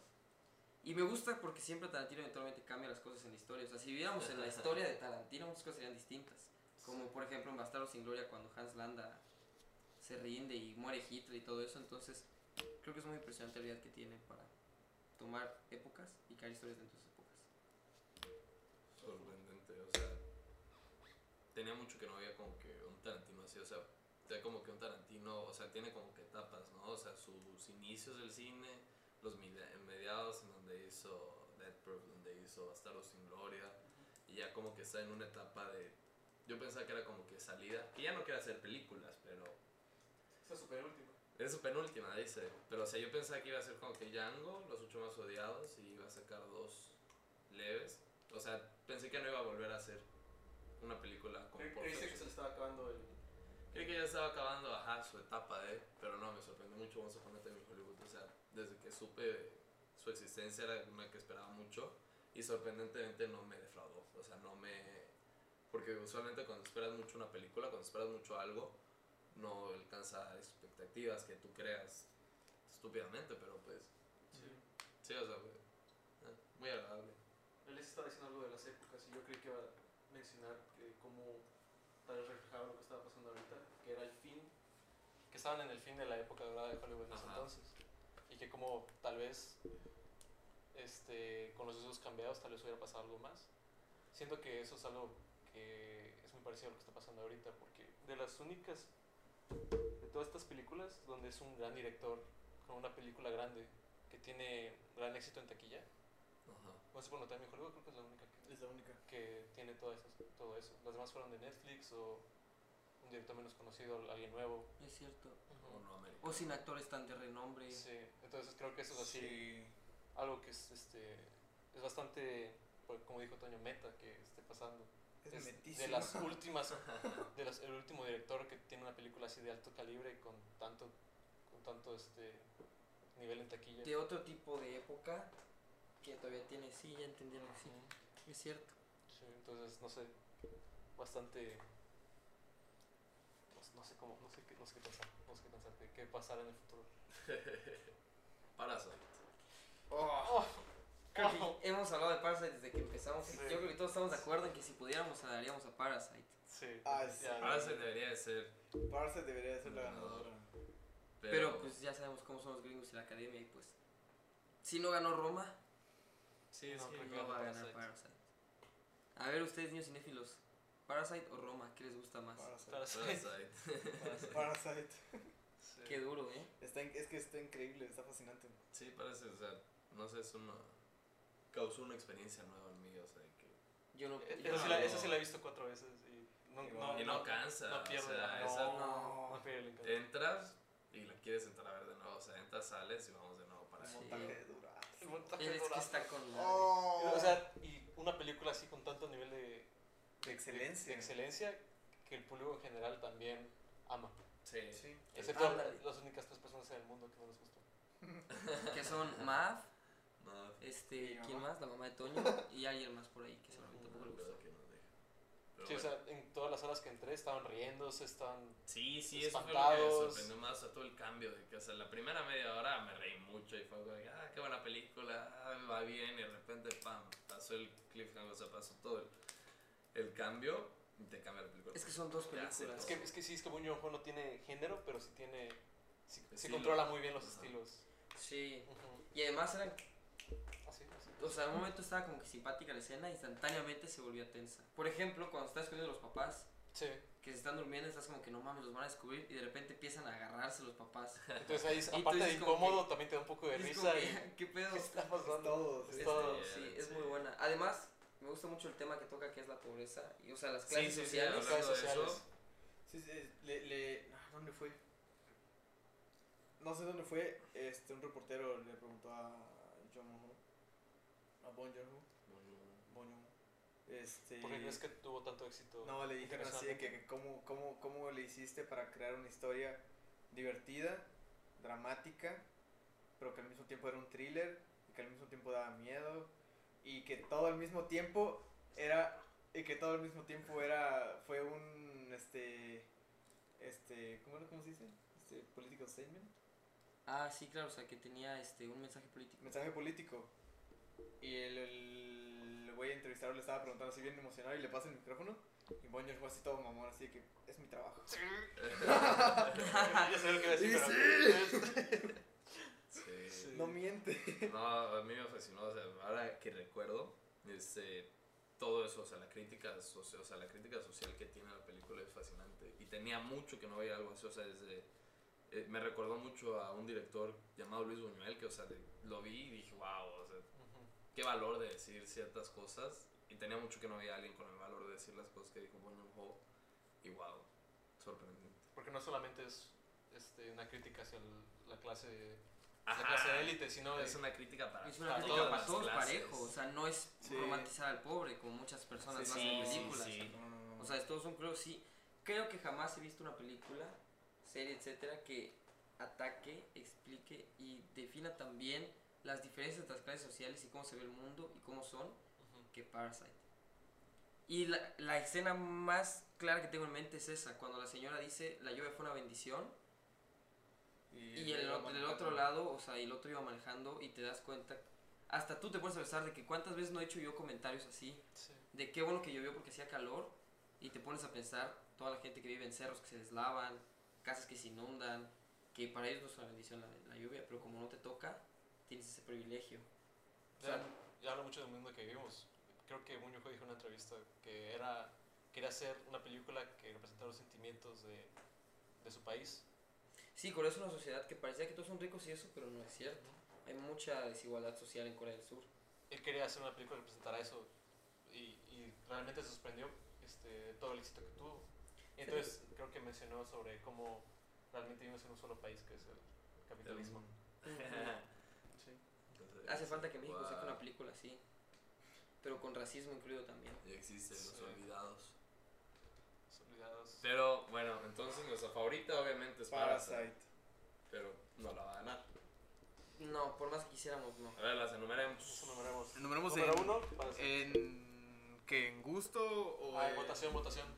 [SPEAKER 3] Y me gusta porque siempre Tarantino eventualmente cambia las cosas en la historia. O sea, si viéramos en la historia de Tarantino, muchas cosas serían distintas. Como por ejemplo en Bastardo sin Gloria, cuando Hans Landa se rinde y muere Hitler y todo eso. Entonces, creo que es muy impresionante la habilidad que tiene para tomar épocas y crear historias dentro de esas épocas.
[SPEAKER 1] Sorprendente, o sea. Tenía mucho que no había como que un Tarantino así, o sea, ya como que un Tarantino, o sea, tiene como que etapas, ¿no? O sea, sus inicios del cine, los mide- mediados en donde hizo Dead Proof, donde hizo Bastardos sin Gloria, y ya como que está en una etapa de. Yo pensaba que era como que salida, que ya no quiere hacer películas, pero.
[SPEAKER 4] Esa es super última.
[SPEAKER 1] Es su penúltima, dice. Pero o sea, yo pensaba que iba a ser como que Django, los ocho más odiados, y iba a sacar dos leves. O sea, pensé que no iba a volver a hacer una película como por
[SPEAKER 4] Creíste que se le estaba acabando el.
[SPEAKER 1] Creí que ya estaba acabando ajá, su etapa de, pero no, me sorprendió mucho Once Upon a Time en Hollywood. O sea, desde que supe su existencia era una que esperaba mucho y sorprendentemente no me defraudó. O sea, no me. Porque usualmente cuando esperas mucho una película, cuando esperas mucho algo, no alcanza expectativas que tú creas estúpidamente, pero pues.
[SPEAKER 4] Sí.
[SPEAKER 1] Sí, o sea, fue, eh, muy agradable.
[SPEAKER 4] Él les estaba diciendo algo de las épocas y yo creí que iba a mencionar que cómo tal vez reflejaba lo que estaba pasando ahorita, que era el fin, que estaban en el fin de la época dorada de Hollywood en ese
[SPEAKER 1] Ajá.
[SPEAKER 4] entonces. Y que como tal vez este, con los usos cambiados tal vez hubiera pasado algo más. Siento que eso es algo que es muy parecido a lo que está pasando ahorita, porque de las únicas, de todas estas películas, donde es un gran director con una película grande que tiene gran éxito en taquilla,
[SPEAKER 1] Ajá.
[SPEAKER 4] no sé por lo en Hollywood, creo que es la única que
[SPEAKER 2] Es la única.
[SPEAKER 4] que tiene todo eso, todo eso. Las demás fueron de Netflix o un director menos conocido, alguien nuevo.
[SPEAKER 3] Es cierto.
[SPEAKER 1] O no, América.
[SPEAKER 3] O sin actores tan de renombre.
[SPEAKER 4] Sí, entonces creo que eso es así, algo que es, este, es bastante, pues, como dijo Toño, meta que esté pasando.
[SPEAKER 2] Es,
[SPEAKER 4] Es
[SPEAKER 2] metísimo.
[SPEAKER 4] de
[SPEAKER 2] (laughs)
[SPEAKER 4] las últimas, de las- el último director que tiene una película así de alto calibre con tanto, con tanto este, nivel en taquilla.
[SPEAKER 3] de otro tipo de época que todavía tiene, sí, ya entendieron, sí,
[SPEAKER 4] Ujú.
[SPEAKER 3] es cierto.
[SPEAKER 4] Sí, entonces, no sé, bastante... pues, No sé cómo, no sé qué, no sé qué pensar, no sé qué pensar, qué, qué pasará en el futuro.
[SPEAKER 1] Parasite.
[SPEAKER 2] Oh.
[SPEAKER 3] Creo que hemos hablado de Parasite desde que empezamos.
[SPEAKER 4] Sí.
[SPEAKER 3] Yo creo que todos estamos de acuerdo en que si pudiéramos, le daríamos a Parasite.
[SPEAKER 4] Sí.
[SPEAKER 2] Ah,
[SPEAKER 4] ya,
[SPEAKER 2] sí.
[SPEAKER 4] ya.
[SPEAKER 1] Parasite debería de ser,
[SPEAKER 2] Parse debería de ser la
[SPEAKER 1] No.
[SPEAKER 2] ganadora.
[SPEAKER 1] pero.
[SPEAKER 3] Pero, pues ya sabemos cómo son los gringos y la academia y pues... Si no ganó Roma,
[SPEAKER 1] Sí, es
[SPEAKER 4] No,
[SPEAKER 1] que
[SPEAKER 4] creo que
[SPEAKER 1] no
[SPEAKER 3] no va a ganar
[SPEAKER 1] Parasite.
[SPEAKER 3] Parasite. A ver, ustedes niños cinéfilos, ¿Parasite o Roma? ¿Qué les gusta más?
[SPEAKER 2] Parasite.
[SPEAKER 4] Parasite.
[SPEAKER 1] Parasite.
[SPEAKER 2] Parasite.
[SPEAKER 4] Sí.
[SPEAKER 3] Qué duro, ¿eh?
[SPEAKER 2] Está en- es que está increíble, está fascinante.
[SPEAKER 1] Sí, parece, o sea, no sé, es una. causó una experiencia nueva en mí, o sea, que.
[SPEAKER 3] Yo no...
[SPEAKER 4] Eh,
[SPEAKER 3] yo
[SPEAKER 4] Esa sí,
[SPEAKER 3] no-
[SPEAKER 4] la, esa sí la he visto cuatro veces y no,
[SPEAKER 1] Y no cansa,
[SPEAKER 4] No
[SPEAKER 1] o
[SPEAKER 4] pierde,
[SPEAKER 1] sea, Eh.
[SPEAKER 4] no,
[SPEAKER 1] esa-
[SPEAKER 4] no,
[SPEAKER 2] No.
[SPEAKER 4] pierde el encanto.
[SPEAKER 1] Entras y la quieres entrar a ver de nuevo, o sea, entras, sales y vamos de nuevo para
[SPEAKER 2] El
[SPEAKER 3] Sí.
[SPEAKER 1] allá.
[SPEAKER 2] montaje de Duraz.
[SPEAKER 4] El montaje
[SPEAKER 3] Es que
[SPEAKER 4] dorado.
[SPEAKER 3] está con... madre.
[SPEAKER 2] Oh.
[SPEAKER 4] O sea, y una película así con tanto nivel de,
[SPEAKER 2] De excelencia.
[SPEAKER 4] de excelencia que el público en general también ama.
[SPEAKER 1] Sí.
[SPEAKER 2] Sí.
[SPEAKER 4] Excepto
[SPEAKER 3] Ándale.
[SPEAKER 4] las únicas tres personas en el mundo que no les gustó.
[SPEAKER 3] Que son Mav,
[SPEAKER 1] No,
[SPEAKER 2] Y
[SPEAKER 3] Este,
[SPEAKER 2] mi
[SPEAKER 3] ¿quién
[SPEAKER 2] mamá.
[SPEAKER 3] más? La mamá de Toño y alguien más por ahí que seguramente tampoco le gustó.
[SPEAKER 1] creo que nos deja. Pero
[SPEAKER 4] Sí, o
[SPEAKER 1] bueno.
[SPEAKER 4] sea, en todas las horas que entré estaban riéndose, estaban...
[SPEAKER 1] Sí, sí, eso fue lo que me
[SPEAKER 4] espantados.
[SPEAKER 1] sorprendió más, o sea, todo el cambio de que, o sea, la primera media hora me reí mucho y fue como, de, ah, qué buena película, ah, va bien, y de repente, pam, pasó el cliffhanger, o sea, pasó todo el, el cambio y te cambia la película.
[SPEAKER 3] Es que son dos
[SPEAKER 1] Ya sé,
[SPEAKER 3] películas.
[SPEAKER 4] Es que, es que sí, es que Bong Joon-ho no tiene género, pero sí tiene... Sí, sí
[SPEAKER 1] Estilo.
[SPEAKER 4] controla muy bien los
[SPEAKER 1] Ajá.
[SPEAKER 4] estilos.
[SPEAKER 3] Sí.
[SPEAKER 4] Ujú.
[SPEAKER 3] Y además eran.
[SPEAKER 4] Así, así.
[SPEAKER 3] O sea, en un momento estaba como que simpática la escena, instantáneamente se volvía tensa. Por ejemplo, cuando estás escondiendo los papás,
[SPEAKER 4] Sí.
[SPEAKER 3] que se están durmiendo, estás como que no mames, los van a descubrir y de repente empiezan a agarrarse los papás.
[SPEAKER 4] Entonces ahí,
[SPEAKER 3] tú
[SPEAKER 4] aparte de
[SPEAKER 3] dices como
[SPEAKER 4] incómodo, también te da un poco de
[SPEAKER 3] Y es
[SPEAKER 4] Pues, risa
[SPEAKER 3] como
[SPEAKER 4] y... (laughs)
[SPEAKER 3] que, ¿Qué pedo?
[SPEAKER 4] ¿Qué está pasando?
[SPEAKER 2] Todos.
[SPEAKER 4] Es
[SPEAKER 3] Este,
[SPEAKER 4] todo.
[SPEAKER 3] sí, es
[SPEAKER 1] Sí.
[SPEAKER 3] muy buena. Además, me gusta mucho el tema que toca que es la pobreza. Y, o sea, las
[SPEAKER 1] Sí,
[SPEAKER 3] clases
[SPEAKER 1] sí, sí,
[SPEAKER 3] sociales.
[SPEAKER 1] hablando de
[SPEAKER 4] sociales.
[SPEAKER 1] eso,
[SPEAKER 2] Sí, sí, es- le, le- ah, ¿Dónde fue? No sé dónde fue. Este, un reportero le preguntó a John Ho, a Bon Joon Ho, Bon Joon Ho, Este,
[SPEAKER 4] ¿Por qué crees que tuvo tanto éxito?
[SPEAKER 2] no, le dijeron así de que, que cómo,
[SPEAKER 4] internacionalmente?
[SPEAKER 2] cómo, cómo le hiciste para crear una historia divertida, dramática, pero que al mismo tiempo era un thriller, y que al mismo tiempo daba miedo, y que todo al mismo tiempo era, y que todo al mismo tiempo era, fue un, este, este, ¿cómo, era? ¿Cómo se dice? Este, political statement,
[SPEAKER 3] Ah, sí, claro, o sea, que tenía este, un mensaje
[SPEAKER 2] (laughs)
[SPEAKER 3] político.
[SPEAKER 2] mensaje político. Y el, el güey entrevistador le estaba preguntando así bien emocionado y le pasa el micrófono. Y Bon Joon-ho así todo mamón, así de que es mi trabajo.
[SPEAKER 3] Ah,
[SPEAKER 4] Ya sé lo que iba a decir,
[SPEAKER 2] Sí,
[SPEAKER 4] pero-
[SPEAKER 1] Sí.
[SPEAKER 4] Sí.
[SPEAKER 2] No miente.
[SPEAKER 1] No, a mí me fascinó, o sea, ahora que recuerdo, este, todo eso, o sea, la crítica, socia- o sea, la crítica social que tiene la película es fascinante. Y tenía mucho que no veía algo así, o sea, desde, eh, me recordó mucho a un director llamado Luis Buñuel, que, o sea, de- lo vi y dije, wow, o sea,
[SPEAKER 4] Ujú.
[SPEAKER 1] qué valor de decir ciertas cosas. Y tenía mucho que no veía a alguien con el valor de decir las cosas que dijo Buñuel, "Oh, y wow, sorprendente.
[SPEAKER 4] Porque no solamente es este, una crítica hacia el- la clase, la
[SPEAKER 3] pues,
[SPEAKER 4] clase de
[SPEAKER 1] Ajá,
[SPEAKER 4] élite, sino
[SPEAKER 1] es
[SPEAKER 4] es
[SPEAKER 1] una crítica para,
[SPEAKER 3] (laughs) Es una
[SPEAKER 4] A
[SPEAKER 3] crítica
[SPEAKER 1] todas
[SPEAKER 3] para
[SPEAKER 1] las
[SPEAKER 3] todos
[SPEAKER 1] clases.
[SPEAKER 3] parejo, o sea, no es
[SPEAKER 2] Sí.
[SPEAKER 3] romantizar al pobre como muchas personas
[SPEAKER 2] Sí,
[SPEAKER 3] lo hacen en
[SPEAKER 2] sí,
[SPEAKER 3] películas.
[SPEAKER 1] sí.
[SPEAKER 3] O sea, todos son, creo, sí. Creo que jamás he visto una película, serie, etcétera, que ataque, explique y defina también las diferencias de las clases sociales y cómo se ve el mundo y cómo son
[SPEAKER 4] Ujú.
[SPEAKER 3] que Parasite. Y la, la escena más clara que tengo en mente es esa, cuando la señora dice la lluvia fue una bendición y el, ot- del otro lado, o sea, y el otro iba manejando y te das cuenta, hasta tú te pones a pensar de que cuántas veces no he hecho yo comentarios así
[SPEAKER 4] Sí.
[SPEAKER 3] de qué bueno que llovió porque hacía calor y te pones a pensar toda la gente que vive en cerros que se deslavan, casas que se inundan, que para ellos no es una bendición la, la lluvia, pero como no te toca, tienes ese privilegio. O sea,
[SPEAKER 4] Ya, ya hablo mucho del mundo que vivimos. Creo que Muñoz dijo en una entrevista que era quería hacer una película que representara los sentimientos de, de su país.
[SPEAKER 3] sí, Corea es una sociedad que parecía que todos son ricos y eso, pero no es cierto. Hay mucha desigualdad social en Corea del Sur.
[SPEAKER 4] Él quería hacer una película que representara eso y, y realmente se sorprendió este, todo el éxito que tuvo. Y entonces creo que mencionó sobre cómo realmente vivimos en un solo país, que es el capitalismo.
[SPEAKER 3] (laughs)
[SPEAKER 1] Entonces,
[SPEAKER 3] Hace falta que México saque
[SPEAKER 1] guau.
[SPEAKER 3] una película así, pero con racismo incluido también.
[SPEAKER 1] Ya existen los
[SPEAKER 4] Sí.
[SPEAKER 1] olvidados.
[SPEAKER 4] Los olvidados.
[SPEAKER 1] Pero bueno, entonces nuestra favorita obviamente es Parasite.
[SPEAKER 2] Parasite.
[SPEAKER 1] Pero no la va a ganar.
[SPEAKER 3] No, por más que quisiéramos, no.
[SPEAKER 1] A ver, las enumeremos.
[SPEAKER 4] Eso numeramos.
[SPEAKER 2] Enumeramos
[SPEAKER 4] Número
[SPEAKER 2] en- eh,
[SPEAKER 4] uno. para hacer-
[SPEAKER 2] En. ¿Qué? ¿En gusto o.?
[SPEAKER 4] Ah,
[SPEAKER 2] en-
[SPEAKER 4] votación, votación.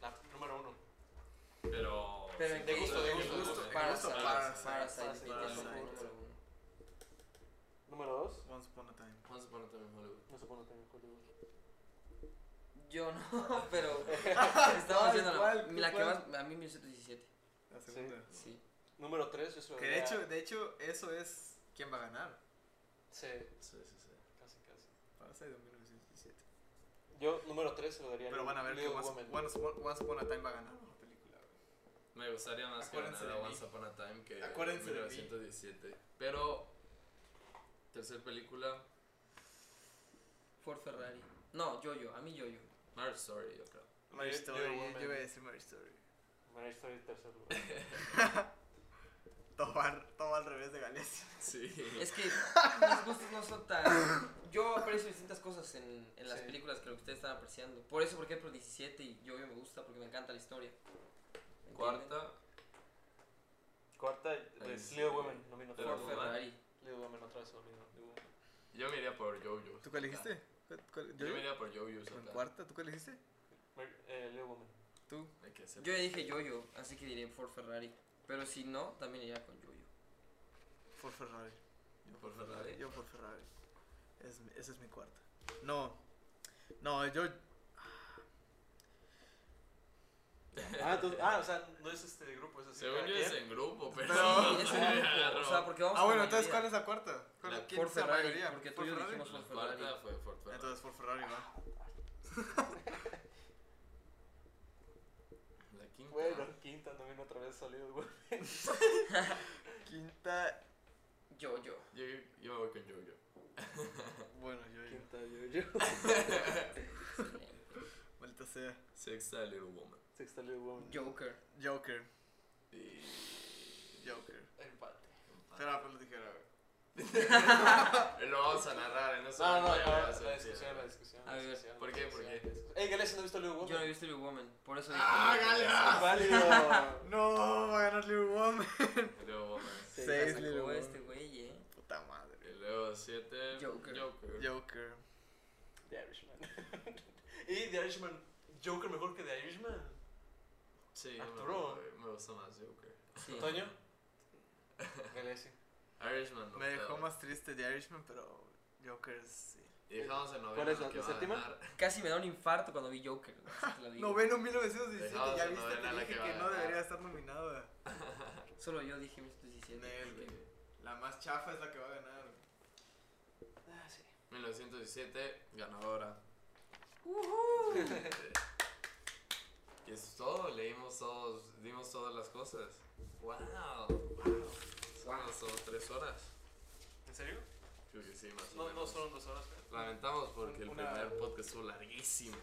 [SPEAKER 4] La número uno.
[SPEAKER 1] Pero.
[SPEAKER 3] Pero
[SPEAKER 1] sí,
[SPEAKER 3] en qué-
[SPEAKER 1] gusto,
[SPEAKER 4] de
[SPEAKER 1] en
[SPEAKER 4] gusto, de gusto.
[SPEAKER 3] Parasite,
[SPEAKER 1] Parasite.
[SPEAKER 3] Parasite,
[SPEAKER 4] Parasite.
[SPEAKER 2] Parasite.
[SPEAKER 3] definitivamente número uno.
[SPEAKER 4] Número dos.
[SPEAKER 2] Once Upon a Time.
[SPEAKER 1] Vamos a poner también Hollywood.
[SPEAKER 4] No supongo que Hollywood.
[SPEAKER 3] Yo no, (laughs)
[SPEAKER 2] (laughs)
[SPEAKER 3] pero estaba haciendo la,
[SPEAKER 2] ¿Cuál?
[SPEAKER 3] la que
[SPEAKER 2] ¿Cuál?
[SPEAKER 3] más, a mí 1917,
[SPEAKER 2] La segunda.
[SPEAKER 3] sí.
[SPEAKER 4] Número 3, yo soy
[SPEAKER 2] Que de hecho, de hecho, eso es. ¿Quién va a ganar?
[SPEAKER 4] Sí,
[SPEAKER 1] Sí, sí, sí.
[SPEAKER 4] casi, casi.
[SPEAKER 2] Parasite 2017.
[SPEAKER 4] Yo, número 3, se lo daría. a
[SPEAKER 2] Pero van a ver que
[SPEAKER 4] Little
[SPEAKER 2] Once,
[SPEAKER 4] Women.
[SPEAKER 2] Once Upon- Once Upon a Time va a ganar la película, güey.
[SPEAKER 1] Me gustaría más que
[SPEAKER 2] Acuérdense
[SPEAKER 1] ganara
[SPEAKER 2] de mí.
[SPEAKER 1] Once Upon a Time que
[SPEAKER 2] Acuérdense de mí.
[SPEAKER 1] 1917. Pero. Tercer película.
[SPEAKER 3] Ford Ferrari. No, Yo-Yo, a mí Yo-Yo.
[SPEAKER 1] Marriage Story, yo creo. (laughs)
[SPEAKER 2] Marriage
[SPEAKER 4] Little
[SPEAKER 2] Story. eh,
[SPEAKER 4] Women.
[SPEAKER 2] Yo iba a decir Marriage Story.
[SPEAKER 4] Marriage Story, tercer
[SPEAKER 1] (laughs)
[SPEAKER 4] lugar.
[SPEAKER 2] Todo al, todo al revés de Galicia.
[SPEAKER 1] Sí.
[SPEAKER 3] Es que mis gustos no
[SPEAKER 2] (laughs)
[SPEAKER 3] son tan... Yo aprecio distintas cosas en, en las
[SPEAKER 4] Sí.
[SPEAKER 3] películas que lo que ustedes están apreciando. Por eso, por ejemplo, 17 y Yo-Yo me gusta porque me encanta la historia. ¿Me entienden?
[SPEAKER 1] Cuarta.
[SPEAKER 4] Cuarta,
[SPEAKER 1] Ahí
[SPEAKER 4] es
[SPEAKER 1] sí.
[SPEAKER 4] Little Women. No vino
[SPEAKER 1] Pero-
[SPEAKER 3] Ford
[SPEAKER 4] Little Women.
[SPEAKER 3] Ferrari.
[SPEAKER 4] Little Women, otra vez se olvidó. Little Women.
[SPEAKER 1] Yo me iría por Jojo.
[SPEAKER 2] ¿Tú cuál dijiste? ¿Cuál- cuál-
[SPEAKER 1] Yo
[SPEAKER 2] yo-
[SPEAKER 1] me iría por Jojo.
[SPEAKER 2] ¿En
[SPEAKER 1] Sotá.
[SPEAKER 2] cuarta? ¿Tú cuál dijiste?
[SPEAKER 4] Mar- eh,
[SPEAKER 1] (laughs)
[SPEAKER 4] Little Women.
[SPEAKER 2] ¿Tú?
[SPEAKER 1] Hay que hacer-
[SPEAKER 3] Yo ya dije Yo-Yo, así que diré Ford Ferrari. Pero si no, también iría con Yo-Yo.
[SPEAKER 2] Por Ferrari. Yo
[SPEAKER 1] Por Ferrari.
[SPEAKER 2] Yo por Ferrari. Es mi- esa es mi cuarta. No. No, yo.
[SPEAKER 4] Ah, entonces- ah, o sea, no es este grupo, es así.
[SPEAKER 1] Según
[SPEAKER 4] cada
[SPEAKER 1] yo
[SPEAKER 4] quien.
[SPEAKER 1] es en grupo, pero. (laughs)
[SPEAKER 2] No.
[SPEAKER 3] Sí, es un grupo, O sea, porque vamos
[SPEAKER 2] ah,
[SPEAKER 3] con
[SPEAKER 2] bueno,
[SPEAKER 3] la
[SPEAKER 2] entonces, ¿cuál
[SPEAKER 3] mayoría.
[SPEAKER 2] es la cuarta? ¿Cuál,
[SPEAKER 1] La-
[SPEAKER 2] ¿Quién
[SPEAKER 3] por
[SPEAKER 2] es la
[SPEAKER 3] Ferrari,
[SPEAKER 2] mayoría?
[SPEAKER 3] porque tú
[SPEAKER 2] ¿Por
[SPEAKER 3] y yo
[SPEAKER 2] Ferrari?
[SPEAKER 3] dijimos-
[SPEAKER 1] La
[SPEAKER 3] Ford Ferrari.
[SPEAKER 1] cuarta fue Ford Ferrari.
[SPEAKER 2] Entonces, por Ferrari va.
[SPEAKER 1] La quinta.
[SPEAKER 4] Bueno, quinta, no vino otra vez salido Little Women.
[SPEAKER 2] Quinta.
[SPEAKER 3] Yo-Yo. (laughs)
[SPEAKER 1] Yo, yo me voy con Jojo.
[SPEAKER 2] Bueno, yo, yo.
[SPEAKER 4] Quinta, yo, (laughs) yo.
[SPEAKER 3] Excelente.
[SPEAKER 2] Maldita sea.
[SPEAKER 1] (laughs) Sexta, Little Woman.
[SPEAKER 4] Sextale Woman.
[SPEAKER 3] Joker.
[SPEAKER 2] Joker.
[SPEAKER 1] Y.
[SPEAKER 2] Joker.
[SPEAKER 4] Empate.
[SPEAKER 2] Espera, pues lo dijera, güey.
[SPEAKER 1] (laughs) Lo vamos a narrar en eso.
[SPEAKER 4] No, no, no, la discusión, la discusión.
[SPEAKER 3] A
[SPEAKER 4] la
[SPEAKER 3] ver,
[SPEAKER 4] discusión,
[SPEAKER 1] ¿por
[SPEAKER 4] la
[SPEAKER 1] qué?
[SPEAKER 4] discusión.
[SPEAKER 1] ¿Por
[SPEAKER 4] Ey, Galicia, ¿no he visto
[SPEAKER 3] Yo
[SPEAKER 4] Little
[SPEAKER 3] no he
[SPEAKER 4] Woman?
[SPEAKER 3] visto Little Woman, por eso.
[SPEAKER 1] ¡Ah,
[SPEAKER 3] dije-
[SPEAKER 1] Galia! (laughs)
[SPEAKER 4] Válido.
[SPEAKER 2] (laughs) No, va a ganar Little Woman.
[SPEAKER 1] Y luego, bueno,
[SPEAKER 4] Sí,
[SPEAKER 3] La
[SPEAKER 2] Seis
[SPEAKER 3] sacó
[SPEAKER 2] Little Woman.
[SPEAKER 3] este güey, eh.
[SPEAKER 2] Puta madre.
[SPEAKER 1] y luego 7.
[SPEAKER 3] Joker.
[SPEAKER 1] Joker.
[SPEAKER 2] Joker.
[SPEAKER 4] The Irishman. (laughs) y The Irishman, Joker mejor que The Irishman.
[SPEAKER 1] Sí,
[SPEAKER 4] Arturo.
[SPEAKER 1] Me, me gusta más Joker.
[SPEAKER 3] Sí.
[SPEAKER 4] ¿Toño? Galicia.
[SPEAKER 1] Irishman no
[SPEAKER 2] Me dejó
[SPEAKER 1] creo.
[SPEAKER 2] más triste The Irishman, pero Joker sí.
[SPEAKER 1] Y dejamos en noveno.
[SPEAKER 4] ¿Cuál es la-
[SPEAKER 1] que
[SPEAKER 4] la
[SPEAKER 1] va a
[SPEAKER 4] séptima?
[SPEAKER 1] ganar.
[SPEAKER 3] Casi me da un infarto cuando vi Joker. güey, así te lo digo.
[SPEAKER 2] Noveno 1917,
[SPEAKER 1] Dejamos
[SPEAKER 2] ya
[SPEAKER 1] en
[SPEAKER 2] viste,
[SPEAKER 1] novena
[SPEAKER 2] te
[SPEAKER 1] la
[SPEAKER 2] dije
[SPEAKER 1] que
[SPEAKER 2] que,
[SPEAKER 1] va a
[SPEAKER 2] no
[SPEAKER 1] ganar.
[SPEAKER 2] debería estar nominada.
[SPEAKER 3] Solo yo dije me estoy diciendo.
[SPEAKER 2] Nel, güey. La más chafa es la que va a ganar.
[SPEAKER 4] Ah,
[SPEAKER 1] 1917, ganadora.
[SPEAKER 3] Ujú.
[SPEAKER 1] Y eso es todo, leímos todos, dimos todas las cosas. ¡Wow! Son las solo tres horas.
[SPEAKER 4] ¿En serio?
[SPEAKER 1] Creo que sí, más o
[SPEAKER 4] No, no
[SPEAKER 1] menos.
[SPEAKER 4] fueron dos horas.
[SPEAKER 1] Lamentamos porque el
[SPEAKER 4] Una-
[SPEAKER 1] primer podcast estuvo
[SPEAKER 4] (laughs)
[SPEAKER 1] larguísimo.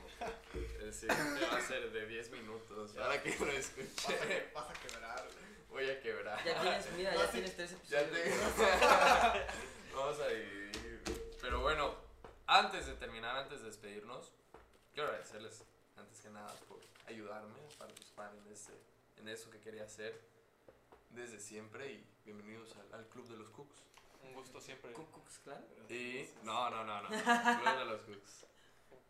[SPEAKER 1] Es decir, este va a ser de 10 minutos. Ahora que lo
[SPEAKER 2] Vas
[SPEAKER 1] escuché,
[SPEAKER 2] a, vas a quebrar, güey.
[SPEAKER 1] voy a quebrar.
[SPEAKER 3] Ya tienes, mira,
[SPEAKER 2] No,
[SPEAKER 3] ya
[SPEAKER 2] sí.
[SPEAKER 3] tienes tres
[SPEAKER 1] Ya
[SPEAKER 3] episodios. (laughs)
[SPEAKER 1] tengo. Vamos a dividir. Pero bueno, antes de terminar, antes de despedirnos, quiero agradecerles antes que nada por ayudarme a participar en, este, en eso que quería hacer desde siempre y bienvenidos al, al Club de los Cooks.
[SPEAKER 4] Un gusto siempre.
[SPEAKER 3] Ku Klux Klan.
[SPEAKER 1] Y... No, no, no, no. Club de los Cooks.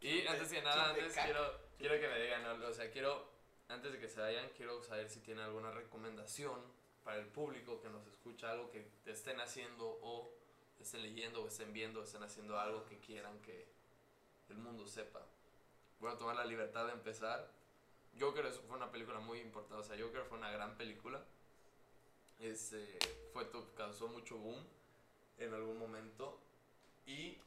[SPEAKER 1] Y antes que nada, antes quiero, quiero que me digan, ¿no? o sea, quiero, antes de que se vayan, quiero saber si tienen alguna recomendación para el público que nos escucha, algo que estén haciendo o estén leyendo o estén viendo, o estén haciendo algo que quieran que el mundo sepa. Voy a tomar la libertad de empezar. Joker es- fue una película muy importante, o sea, Joker fue una gran película. Este, fue, to- causó mucho boom en algún momento y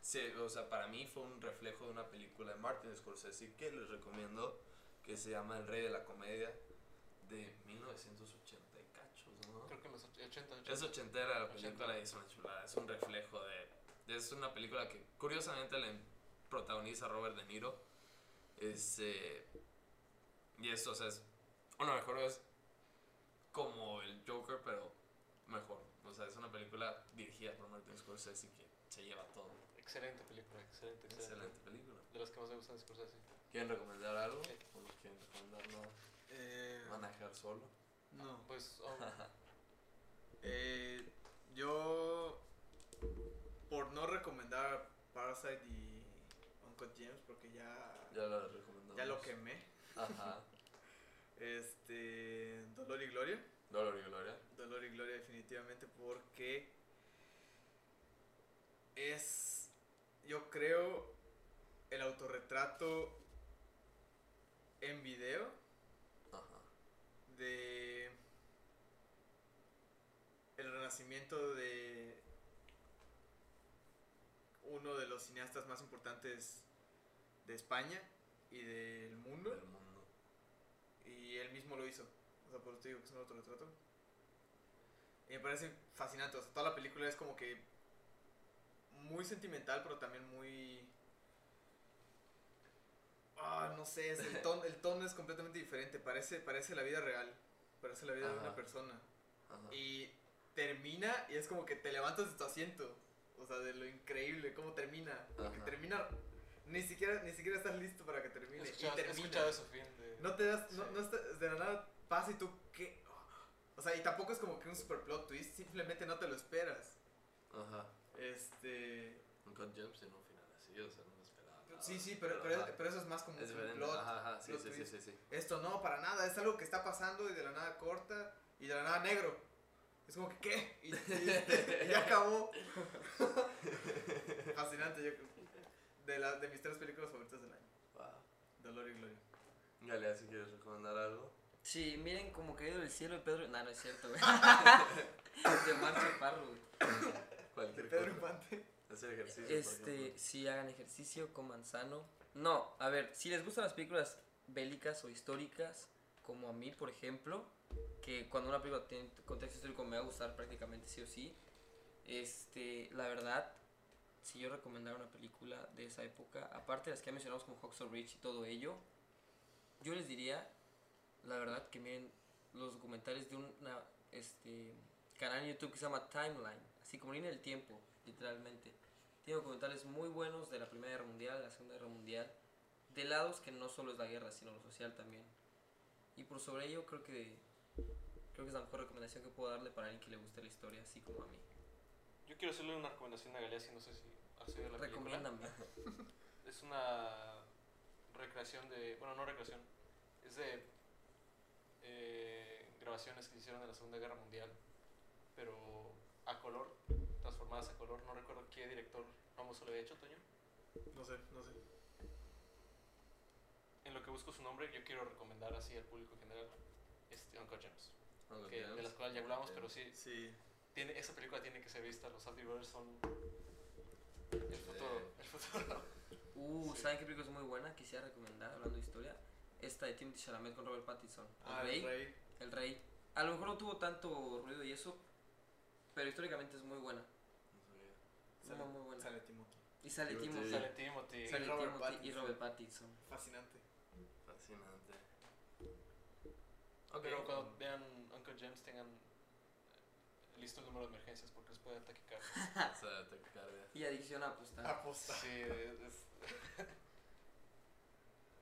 [SPEAKER 1] se- o sea, para mí fue un reflejo de una película de Martin Scorsese que les recomiendo, que se llama El Rey de la Comedia de 1980 y cachos, ¿no?
[SPEAKER 4] Creo que en los 80, 80.
[SPEAKER 1] Es ochentera la película
[SPEAKER 4] Ochentera.
[SPEAKER 1] y es una chulada, es un reflejo de... Es una película que curiosamente la protagoniza Robert De Niro. Este, y esto, o sea, es... Bueno, mejor es como el Joker, pero mejor. O sea, es una película dirigida por Martin Scorsese que se lleva todo.
[SPEAKER 4] Excelente película, excelente, excelente.
[SPEAKER 1] Excelente película.
[SPEAKER 4] De las que más me gustan de Scorsese.
[SPEAKER 1] ¿Quieren recomendar algo?
[SPEAKER 4] Sí.
[SPEAKER 1] ¿O no quieren recomendar nada?
[SPEAKER 2] Eh,
[SPEAKER 1] ¿Van a dejar solo?
[SPEAKER 2] no.
[SPEAKER 4] Pues,
[SPEAKER 1] (laughs)
[SPEAKER 4] oh,
[SPEAKER 2] Eh, yo, por no recomendar Parasite y Uncle James, porque ya,
[SPEAKER 1] Ya lo recomendamos.
[SPEAKER 2] ya lo quemé,
[SPEAKER 1] Ajá.
[SPEAKER 2] este, Dolor y Gloria.
[SPEAKER 1] Dolor y Gloria.
[SPEAKER 2] Dolor y Gloria definitivamente porque es, yo creo, el autorretrato en video
[SPEAKER 1] Ajá.
[SPEAKER 2] de el renacimiento de uno de los cineastas más importantes de España y del mundo
[SPEAKER 1] Del mundo.
[SPEAKER 2] y él mismo lo hizo. O sea, por eso te digo que es un autorretrato. Y me parece fascinante. O sea, toda la película es como que muy sentimental, pero también muy. Ah, no sé, es el, tono, el tono es completamente diferente. Parece, parece la vida real. Parece la vida de
[SPEAKER 1] Ajá.
[SPEAKER 2] una persona.
[SPEAKER 1] Ajá.
[SPEAKER 2] Y termina y es como que te levantas de tu asiento. O sea, de lo increíble, cómo termina. Porque
[SPEAKER 1] Ajá.
[SPEAKER 2] termina. Ni siquiera, ni siquiera estás listo para que termine.
[SPEAKER 4] he
[SPEAKER 2] Y
[SPEAKER 4] escuchado, he
[SPEAKER 2] termina.
[SPEAKER 4] escuchado eso, fin. De...
[SPEAKER 2] No te das, no,
[SPEAKER 4] Sí.
[SPEAKER 2] no está- de la nada pasa y tú, ¿qué? O sea, y tampoco es como que un super plot twist, simplemente no te lo esperas.
[SPEAKER 1] Ajá.
[SPEAKER 2] Este.
[SPEAKER 1] Uncut James tiene un final así, o sea, no me esperaba. nada,
[SPEAKER 2] Sí, sí, pero, pero,
[SPEAKER 1] ajá,
[SPEAKER 2] es- pero eso es más como
[SPEAKER 1] es
[SPEAKER 2] que un
[SPEAKER 1] diferente.
[SPEAKER 2] plot.
[SPEAKER 1] Ajá, ajá, sí,
[SPEAKER 2] plot
[SPEAKER 1] sí, sí,
[SPEAKER 2] twist.
[SPEAKER 1] sí, sí.
[SPEAKER 2] Esto no, para nada, es algo que está pasando y de la nada corta y de la nada negro. Es como que, ¿qué? Y, y este, y ya
[SPEAKER 1] (laughs)
[SPEAKER 2] acabó. Fascinante, yo creo. De, la, de mis tres películas favoritas del año:
[SPEAKER 1] Wow.
[SPEAKER 2] Dolor y Gloria.
[SPEAKER 1] Galea, si quieres recomendar algo.
[SPEAKER 3] Sí, miren como caído del cielo de Pedro. No, no es cierto, güey. (laughs) de Marcio Parro, güey.
[SPEAKER 2] De
[SPEAKER 1] Cualquier
[SPEAKER 2] Pedro
[SPEAKER 1] cosa.
[SPEAKER 2] Infante.
[SPEAKER 1] Hacer ejercicio. por
[SPEAKER 3] Este,
[SPEAKER 1] ejemplo.
[SPEAKER 3] si hagan ejercicio, coman sano. No, a ver, si les gustan las películas bélicas o históricas, como a mí, por ejemplo, que cuando una película tiene contexto histórico me va a gustar prácticamente sí o sí. Este, la verdad, si yo recomendara una película de esa época, aparte de las que ya mencionamos como Hawks Rich y todo ello, yo les diría, la verdad, que miren los documentales de un una, este, canal en YouTube que se llama Timeline, así como línea del tiempo, literalmente. Tiene documentales muy buenos de la Primera Guerra Mundial, la Segunda Guerra Mundial, de lados que no solo es la guerra, sino lo social también. Y por sobre ello creo que creo que es la mejor recomendación que puedo darle para alguien que le guste la historia, así como a mí.
[SPEAKER 4] Yo quiero hacerle una recomendación a Galeazzi, no sé si has oído la
[SPEAKER 2] (laughs)
[SPEAKER 4] película.
[SPEAKER 3] Recomiéndame.
[SPEAKER 4] Es una recreación de. Bueno, no recreación. Es de eh, grabaciones que hicieron de la Segunda Guerra Mundial, pero a color, transformadas a color. No recuerdo qué director famoso lo había hecho, Toño.
[SPEAKER 2] No sé, no sé.
[SPEAKER 4] En lo que busco su nombre, yo quiero recomendar así al público en general este, Uncle James, que- de las cuales ya hablamos, pero sí,
[SPEAKER 2] Sí.
[SPEAKER 4] tiene, esa película tiene que ser vista. Los Safdie Brothers son el futuro. El futuro. (laughs)
[SPEAKER 3] Uh,
[SPEAKER 4] Sí.
[SPEAKER 3] ¿saben qué película es muy buena? Quisiera recomendar, hablando de historia, esta de Timothy Chalamet con Robert Pattinson. El
[SPEAKER 2] Ah,
[SPEAKER 3] Rey.
[SPEAKER 2] el rey.
[SPEAKER 3] El Rey. A lo mejor no tuvo tanto ruido y eso, pero históricamente es muy buena.
[SPEAKER 2] Sale,
[SPEAKER 3] muy buena.
[SPEAKER 2] Sale Timothy.
[SPEAKER 3] Y sale
[SPEAKER 1] Timothy.
[SPEAKER 3] Timothy,
[SPEAKER 4] Sale Timothy.
[SPEAKER 3] sale
[SPEAKER 2] Y Robert
[SPEAKER 3] Timothy y
[SPEAKER 2] Pattinson.
[SPEAKER 3] Robert Pattinson.
[SPEAKER 2] Fascinante.
[SPEAKER 1] Fascinante. Ok,
[SPEAKER 4] Pero cuando vean Uncle James tengan eh, listo el número de emergencias porque les
[SPEAKER 1] (laughs)
[SPEAKER 4] puede atacar.
[SPEAKER 1] o sea, taquicardia.
[SPEAKER 3] Y adicción a apostar.
[SPEAKER 2] Aposta.
[SPEAKER 4] Sí, es-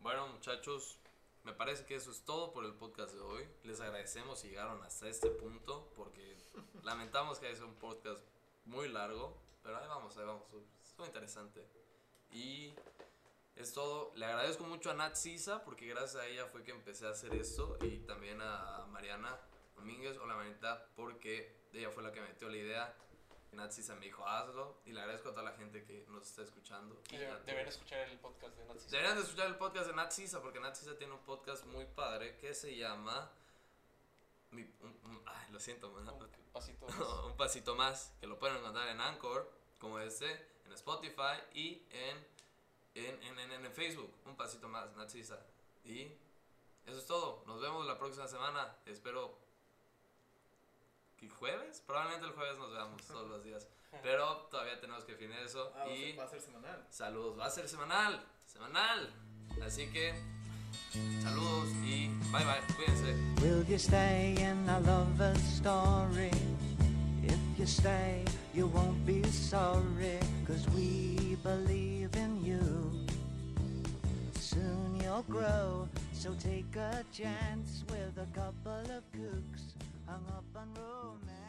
[SPEAKER 1] Bueno, muchachos, me parece que eso es todo por el podcast de hoy. Les agradecemos si llegaron hasta este punto, porque lamentamos que es un podcast muy largo, pero ahí vamos, ahí vamos. Estuvo interesante. Y es todo. Le agradezco mucho a Nat Sisa, porque gracias a ella fue que empecé a hacer esto, y también a Mariana Domínguez, o la manita, porque ella fue la que metió la idea. Nat Sisa me dijo, hazlo, y le agradezco a toda la gente que nos está escuchando. Y a
[SPEAKER 4] deben-
[SPEAKER 1] ti.
[SPEAKER 4] Deberían escuchar el podcast de Nazis.
[SPEAKER 1] Deberían de escuchar el podcast de Nat Sisa, porque Nat Sisa tiene un podcast muy padre que se llama... Mi- un- un- ay, lo siento, man.
[SPEAKER 4] Un pasito. más.
[SPEAKER 1] (laughs) un pasito más, que lo pueden encontrar en Anchor, como este, en Spotify y en, en, en, en- en Facebook. Un pasito más, Nat Sisa. Y eso es todo. Nos vemos la próxima semana. Espero que jueves. Probablemente el jueves nos veamos todos los días. Pero todavía tenemos que definir eso.
[SPEAKER 2] Ah, va a
[SPEAKER 1] y...
[SPEAKER 2] ser- va a ser semanal.
[SPEAKER 1] Saludos, va a ser semanal, semanal. Así que saludos y bye bye, cuídense.
[SPEAKER 5] Will you stay in a lover's story? If you stay, you won't be sorry, cause we believe in you. Soon you'll grow, so take a chance with a couple of kooks hung up on romance.